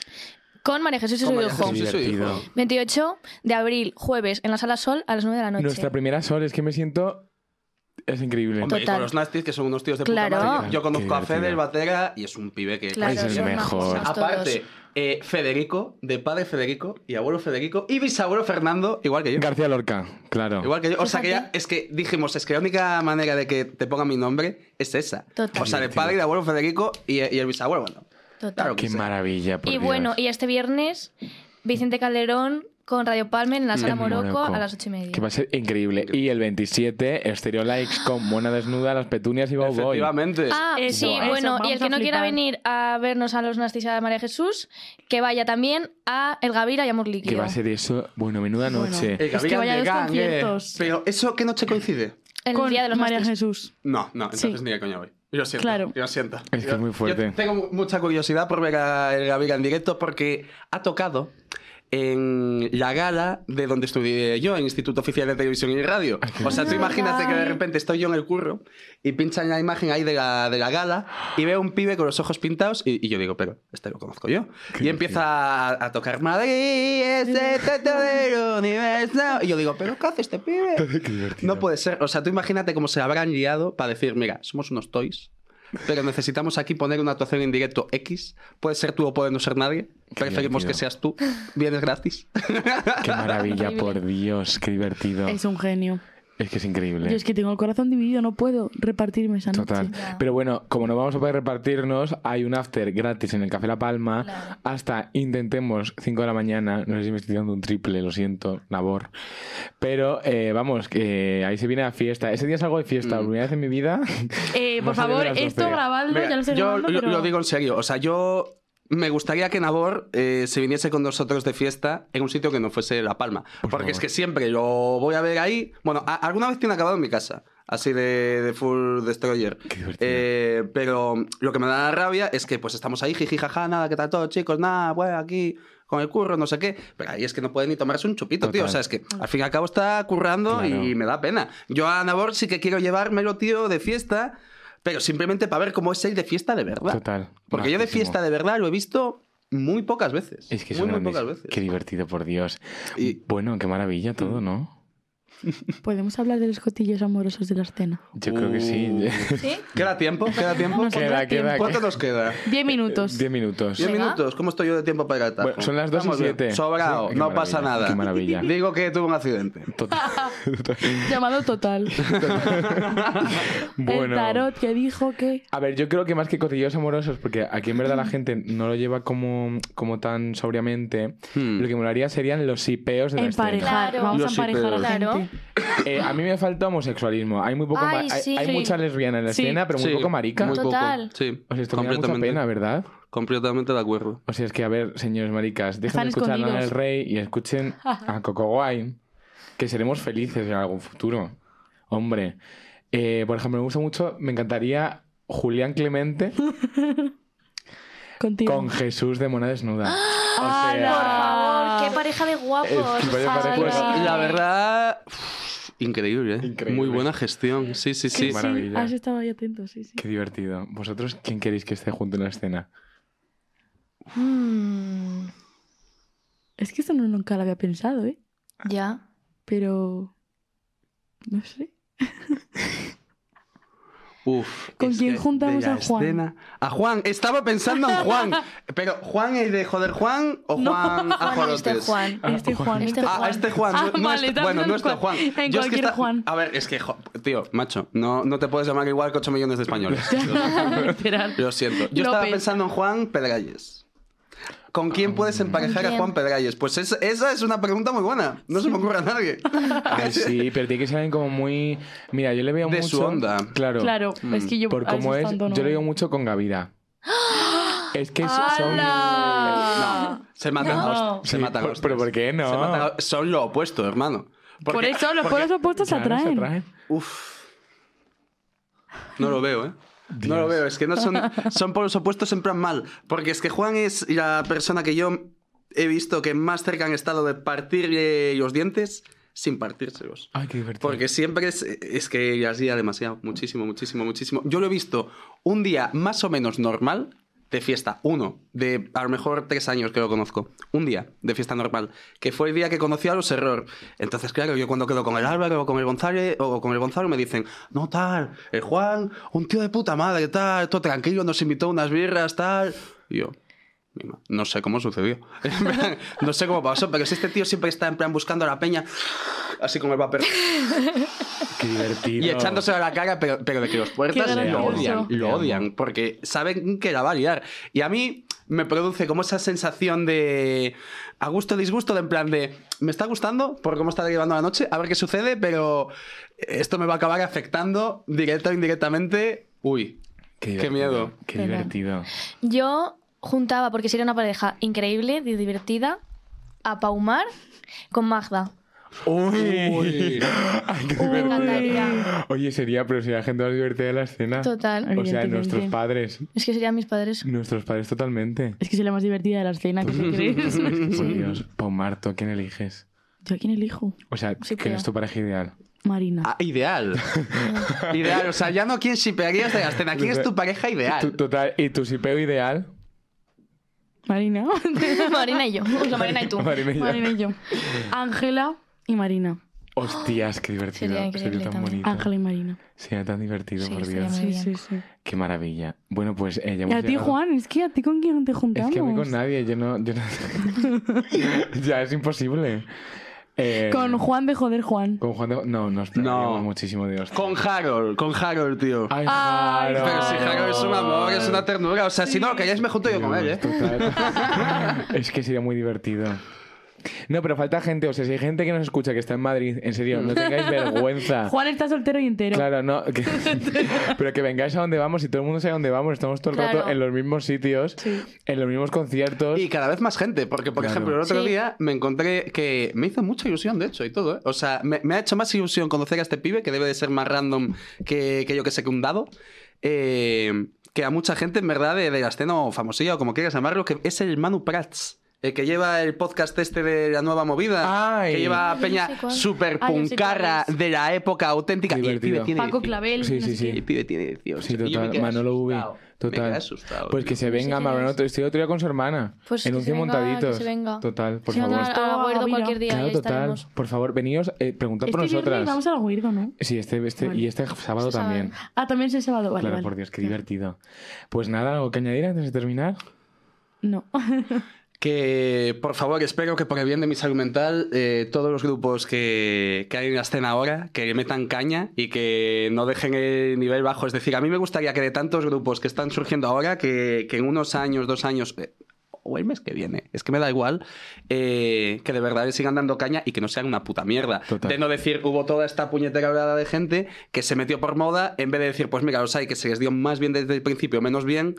E: Con María Jesús y
D: Con
E: su
D: María
E: hijo.
D: Jesús. Sí, sí,
B: Divertido.
D: hijo.
E: 28 de abril, jueves, en la sala Sol a las 9 de la noche.
B: Nuestra primera sol, es que me siento. Es increíble.
D: Hombre, y
E: Total.
D: con los Nasties, que son unos tíos de
E: Claro.
D: puta madre. Yo- Yo conozco a
B: Qué divertido.
D: Fede, el batera, y es un pibe que...
E: Claro,
B: Es el
E: son majos
B: mejor.
E: todos.
D: Aparte, eh, Federico, de padre Federico, y abuelo Federico, y bisabuelo Fernando, igual que yo.
B: García Lorca, claro.
D: Igual que yo. O sea, que ya,
E: Fíjate.
D: es que dijimos, es que la única manera de que te ponga mi nombre es esa.
E: Total.
D: O sea, de padre y de abuelo Federico y, eh, y el bisabuelo, bueno.
E: Total.
D: Claro que
B: Qué
D: sí.
B: maravilla. por
E: Y
B: Dios.
E: bueno, y este viernes, Vicente Calderón con Radio Palme en la sala
B: En
E: Morocco
B: Morocco.
E: a las 8 y media.
B: Que va a ser increíble. Y el 27, Stereo Likes con Mona Desnuda, Las Petunias y Bow Boy.
D: Efectivamente.
E: Ah,
C: Eso,
E: sí,
C: eso,
E: bueno, y
C: vamos
E: el que
C: a
E: no quiera
C: flipar.
E: venir a vernos a los Nastis y a María Jesús, que vaya también a El Gavira y Amor
B: Que
E: Líquido.
B: va a ser eso. Bueno, menuda
C: Bueno.
B: noche.
D: El
C: Es que
D: Gabriel
C: vaya
D: de
C: a los
D: Gang, eh.
C: conciertos.
D: Pero, ¿eso qué noche coincide?
E: el
C: con
E: día de los
C: María
E: masters.
C: Jesús.
D: No, no, entonces
C: Sí.
D: ni de coña voy. Yo siento.
C: Claro.
D: Yo siento.
B: Es que
D: Yo-
B: es muy fuerte.
D: yo tengo mucha curiosidad por ver a El Gabriel en directo porque ha tocado en la gala de donde estudié yo, en Instituto Oficial de Televisión y Radio. O sea, tú imagínate que de repente estoy yo en el curro y pinchan la imagen ahí de la, de la gala y veo un pibe con los ojos pintados y, y yo digo, pero este lo conozco yo. Y empieza a, a tocar Madrid, es el teto del universo. Y yo digo, pero ¿qué hace este pibe?
B: Qué divertido.
D: No puede ser. O sea, tú imagínate cómo se habrán liado para decir, mira, somos unos toys, pero necesitamos aquí poner una actuación en directo X. Puede ser tú o puede no ser nadie. Preferimos
B: divertido.
D: que seas tú.
C: (laughs)
D: Vienes gratis.
B: Qué maravilla,
E: Increíble.
B: por Dios, qué divertido.
C: Es un genio.
B: Es que es increíble.
C: Yo es que tengo el corazón dividido, no puedo repartirme esa noche.
B: Total.
E: Ya.
B: Pero bueno, como no vamos a poder repartirnos, hay un after gratis en el Café La Palma.
E: Claro.
B: Hasta intentemos 5 de la mañana. No sé si me estoy dando un triple, lo siento, Nabor. Pero eh, vamos, que ahí se viene la fiesta. Ese día salgo de
D: Mm.
B: fiesta, la primera vez en mi
D: (laughs)
B: vida.
C: Eh, por
B: Más allá de
C: favor,
B: las doce.
C: esto grabadlo,
D: Mira,
C: ya lo estoy
D: yo
C: grabando,
D: lo-
C: pero...
D: lo digo en serio. O sea, yo me gustaría que Nabor eh, se viniese con nosotros de fiesta en un sitio que no fuese La Palma. porque es
B: favor.
D: que siempre lo voy a ver ahí. Bueno, a- alguna vez tiene acabado en mi casa. Así de, de full destroyer.
B: Qué divertido.
D: Eh, pero lo que me da rabia es que pues estamos ahí, jiji, jaja, nada, que tal todo, chicos, nada, bueno, aquí con el curro, no sé qué. Pero ahí es que no pueden ni tomarse un chupito, tío. O
B: Total.
D: sea, es que al fin y al cabo está currando
B: Claro.
D: y me da pena. Yo a Nabor sí que quiero llevármelo, tío, de fiesta, pero simplemente para ver cómo es él de fiesta de verdad.
B: Total.
D: Porque yo de
B: majísimo.
D: fiesta de verdad lo he visto muy pocas veces.
B: Es que
D: muy,
B: son
D: muy
B: grandes.
D: pocas veces.
B: Qué divertido, por Dios.
D: Y-
B: Bueno, qué maravilla todo, ¿no?
C: Podemos hablar de los cotillos amorosos de la escena.
B: Yo creo que (laughs) sí.
D: Uh.
E: ¿Sí?
D: ¿Queda
B: (laughs)
D: tiempo? ¿Queda tiempo?
C: Nos
B: queda,
C: saldrá
B: queda.
C: tiempo.
D: ¿Cuánto nos queda?
C: Diez minutos.
D: eh,
B: 10 minutos.
D: (laughs) Diez
E: Venga.
D: minutos, ¿cómo estoy yo de tiempo para ir al tajo?
B: Bueno, son las dos y
D: Vamos bien.
B: siete.
D: Sobrado,
B: Qué
D: no
B: maravilla,
D: pasa nada.
B: qué maravilla.
D: (laughs) Digo que tuve un accidente.
C: Llamado total.
D: (laughs)
C: El tarot que dijo que...
B: A ver, yo creo que más que cotillos amorosos, porque aquí en verdad
D: Mm.
B: la gente no lo lleva como, como tan sobriamente,
D: Hmm.
B: lo que molaría serían los sipeos
D: este.
B: de la escena.
C: Emparejar.
E: Claro.
C: Vamos
D: Yo
C: a
D: sí,
C: emparejar a
E: pero-
C: gente.
B: Eh, a mí me falta homosexualismo. Hay muy poco
E: Ay,
B: ma- hay,
E: sí.
B: hay
E: Sí.
B: mucha lesbiana en la
C: Sí.
B: escena, pero muy
D: Sí,
B: poco marica.
D: muy poco.
E: Total.
D: Sí,
B: O sea, esto me da mucha
D: completamente,
B: pena, ¿verdad?
D: completamente de acuerdo.
B: O sea, es que, a ver, señores maricas, dejen
C: Están
B: de escuchar a Lana
C: escondidos.
B: del Rey y escuchen a Coco Wine, que seremos felices en algún futuro. Hombre, eh, por ejemplo, me gusta mucho, me encantaría Julián Clemente
C: Contigo.
B: con Jesús de Mona Desnuda. O
E: Por
B: sea,
C: Ah.
E: favor, qué pareja de guapos.
B: Es que vaya
E: o sea,
B: pareja.
D: Pues
B: Ay.
D: la verdad, uf, increíble, ¿eh?
B: Increíble.
D: Muy buena gestión. Sí, sí,
C: Que
D: sí.
C: sí,
B: maravilla.
C: has estado ahí atento, sí, sí.
B: qué divertido. ¿Vosotros quién queréis que esté junto en la escena?
E: Mm,
C: Es que esto no, nunca lo había pensado, ¿eh?
E: ya.
C: Pero... No sé.
D: Uf,
C: ¿Con
D: es
C: quién
D: que
C: juntamos
D: de la
C: a Juan?
D: escena- A Juan, estaba pensando en
C: (laughs)
D: Juan. Pero, ¿Juan es de joder Juan o
C: No.
D: Juan a
E: Juan, este
D: Jorotes?
E: Juan.
C: Este Juan.
E: Este
D: Ah, a este Juan.
C: Ah,
D: no- no
C: vale,
D: este-
C: también
D: bueno,
C: en
D: no este Juan.
C: Juan. En
D: Yo es que
C: cualquier
D: está- (laughs)
C: Juan.
D: A ver, es que, jo- tío, macho, no, no te puedes llamar igual que 8 millones de (laughs) españoles.
C: Literal.
D: Lo siento. Yo estaba
C: López.
D: pensando en Juan Pedralles. ¿Con
B: Ah,
D: quién puedes emparejar a
E: quién?
D: Juan Pedralles? Pues es- esa es una pregunta muy buena. No se me ocurre a nadie.
B: (laughs)
C: Ah.
B: Ay,
D: (laughs)
B: sí, pero tiene que ser alguien como muy... Mira, yo le veo
D: De
B: mucho...
D: su onda.
B: Claro.
C: Claro, es que yo...
B: por
C: a veces
B: cómo es,
C: tanto no- ¡Ah!
B: yo le veo mucho con Gavira. Es que son...
C: ¡Hala!
D: Se matan
E: No.
D: hostias. Se
B: Sí,
D: matan
B: por-
D: hostias.
B: pero ¿por qué no?
D: Se matan a- Son lo opuesto, hermano. Porque-
C: Por eso los
D: porque-
C: polos opuestos se
B: Claro,
C: atraen.
D: Uf. No lo veo, ¿eh? No lo veo, es que no son, son polos opuestos en plan mal. Porque es que Juan es la persona que yo he visto que más cerca han estado de partirle los dientes sin partírselos.
B: Ay, qué divertido.
D: Porque siempre es, es que ya hacía demasiado, muchísimo, muchísimo, muchísimo. Yo lo he visto un día más o menos normal de fiesta, uno, de a lo mejor tres años que lo conozco, un día de fiesta normal, que fue el día que conocí a los error. Entonces, claro, yo cuando quedo con el Álvaro o con el González o con el Gonzalo me dicen, no tal, el Juan, un tío de puta madre, tal, todo tranquilo, nos invitó a unas birras, tal. Y yo, mi ma- No sé cómo sucedió. (laughs) En plan, no sé cómo pasó, pero si este tío siempre está en plan buscando a la peña, así como el vapor,
B: Qué divertido.
D: y echándose a la cara, pero, pero de que los
C: Qué
D: puertas lo
C: gracioso.
D: odian, lo odian, porque saben que la va a liar. Y a mí me produce como esa sensación de a gusto disgusto, de en plan de me está gustando por cómo está llevando la noche, a ver qué sucede, pero esto me va a acabar afectando directa o indirectamente. Uy, qué
B: divertido,
D: miedo.
B: Qué
C: Perdón.
B: divertido.
E: Yo juntaba, porque sería una pareja increíble, divertida, a Paumar con Magda.
B: ¡Uy!
F: Uy.
B: Ay, qué
E: Uy, me
B: divertido.
E: encantaría.
B: Oye, sería, pero sería la gente más divertida de la escena.
E: Total.
B: O sea,
C: Evidentemente.
B: nuestros padres.
E: Es que serían mis
B: (laughs)
E: padres.
B: Nuestros padres totalmente.
C: Es que soy la más divertida de la
B: (laughs)
C: escena, ¿qué te (laughs) crees?
B: Por Dios, Pau Marto, ¿quién eliges?
C: ¿Yo a quién elijo?
B: O sea,
E: Sí,
B: ¿quién es
E: creo.
B: tu pareja ideal?
C: Marina.
D: Ah, ideal.
C: (laughs)
D: ideal. O sea, ya no quién shipearías de la escena. ¿Quién es tu pareja
B: Tu-
D: ideal?
B: total, ¿y tu sipeo ideal? (laughs)
C: Marina.
E: Marina y yo. O sea, Marina y tú.
B: Marina y yo.
C: Marina y yo. Ángela y Marina.
B: Hostias, qué
E: Sería
B: divertido. Sería,
E: increíble
B: tan
E: también.
B: bonito.
C: Ángela y Marina.
B: Sería tan divertido,
E: Sí,
B: por
E: sería
B: Dios.
E: muy-
C: Sí,
E: bien.
C: sí, sí.
B: Qué maravilla. Bueno, pues eh, ya
C: Y
B: hemos
C: a ti,
B: llegado-
C: Juan, es que a ti con quién no te
B: Es
C: juntamos.
B: que a mí con nadie, yo no... yo no- (laughs) ya es imposible. Eh,
C: Con Juan de joder, Juan.
B: Con Juan de... No, nos perdíamos muchísimo de hostia.
D: Con Harold. Con Harold, tío.
B: Ay,
C: Ay,
B: Jaro.
D: Pero si
C: Harold.
D: Harold es un amor, es una ternura. O sea, si no, que ya me junto yo con él, ¿eh?
B: Total.
E: (laughs)
B: es que sería muy divertido. No, pero falta gente. O sea, si hay gente que nos escucha que está en Madrid, en serio,
E: (laughs)
B: no tengáis vergüenza.
C: Juan está soltero y entero.
B: Claro, no. que- pero que vengáis a donde vamos y todo el mundo sabe a dónde vamos. Estamos todo el rato
E: Claro.
B: en los mismos sitios,
C: Sí.
B: en los mismos conciertos.
D: Y cada vez más gente, porque por
B: Claro.
D: ejemplo el otro
E: Sí.
D: día me encontré que me hizo mucha ilusión, de hecho, y todo, ¿eh? O sea, me, me ha hecho más ilusión conocer a este pibe, que debe de ser más random que, que yo que sé que un dado, eh, que a mucha gente, en verdad, de, de la escena o famosilla o como quieras llamarlo, que es el Manu Prats. El que lleva el podcast este de la nueva movida.
B: Ay.
D: Que lleva
E: Ah,
D: a
E: yo
D: Peña
E: sé cuál.
D: super
E: Ah, yo sé cuál
D: puncarra
E: es.
D: de la época auténtica. Y el pibe
B: Divertido.
D: tiene
C: Paco
D: 18.
C: Clavel.
B: Sí,
C: no
B: sí,
C: sé
B: sí.
C: qué.
D: El pibe tiene 18.
B: Sí,
D: Y yo me
B: total.
D: quedé
B: Manolo V.
D: asustado. Me
B: Total.
D: quedé asustado,
B: pues que
D: tío.
B: se
E: No sé
B: venga,
E: quién
B: Manolo.
E: es.
B: Estoy otro día con su hermana.
E: Pues
B: en
E: que
B: un
E: se venga,
B: montaditos.
E: que se venga.
B: Total, por
E: Si no,
B: favor.
E: a- a la Guardo
C: Mira.
E: cualquier día
B: Claro,
E: y ahí
B: total.
E: estaremos.
B: Por favor, veníos, eh, preguntad
C: Este
B: por
C: viernes
B: nosotras.
C: vamos al Guirdo, ¿no?
B: Sí, este, este
C: Vale.
B: y este sábado
E: Este sábado.
B: también.
C: Ah, también es el sábado. Vale,
B: claro,
C: vale.
B: por Dios, qué divertido. Pues nada, algo que añadir antes de terminar.
C: No. (laughs)
D: Que, por favor, espero que por el bien de mi salud mental, eh, todos los grupos que, que hay en la escena ahora, que le metan caña y que no dejen el nivel bajo. Es decir, a mí me gustaría que de tantos grupos que están surgiendo ahora, que, que en unos años, dos años, eh, o el mes que viene, es que me da igual, eh, que de verdad le sigan dando caña y que no sean una puta mierda.
B: Total.
D: De no decir, hubo toda esta puñetera oleada de gente que se metió por moda, en vez de decir, pues mira, los hay que se les dio más bien desde el principio, menos bien.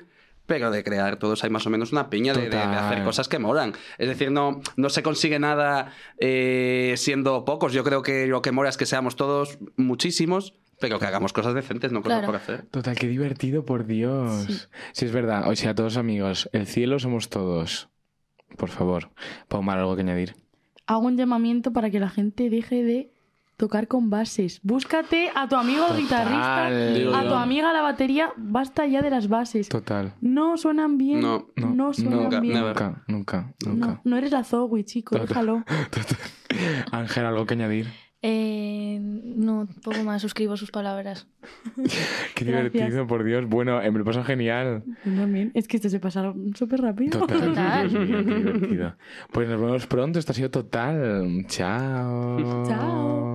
D: Pero de crear todos hay más o menos una piña de, de- de hacer
B: Total.
D: cosas que molan. Es decir, no, no se consigue nada eh, siendo pocos. Yo creo que lo que mola es que seamos todos muchísimos, pero que hagamos cosas decentes, no cosas
E: Claro.
D: por hacer.
B: Total, qué divertido, por Dios. Sí.
C: Sí.
B: es verdad. O sea, todos amigos, el cielo somos todos. Por favor, Paumar, algo que añadir.
C: Hago un llamamiento para que la gente deje de tocar con bases. Búscate a tu amigo el guitarrista,
B: Total.
C: a tu amiga la batería. Basta ya de las bases.
B: Total.
C: No suenan bien.
D: No,
B: No,
C: suenan
B: nunca,
C: bien.
D: never.
B: nunca, nunca,
C: No,
B: nunca.
C: no eres la Zoe, chico,
B: Total. (laughs)
C: déjalo.
B: Total. Ángel, algo que añadir.
E: Eh, no, poco más. Suscribo sus palabras.
B: Qué
C: Gracias.
B: divertido, por Dios. Bueno, eh, me lo paso genial.
C: Yo también. Es que esto se pasaron súper rápido.
B: Total.
E: Total.
B: Dios mío, qué divertido. Pues nos vemos pronto. Esto ha sido total. Chao.
C: Chao.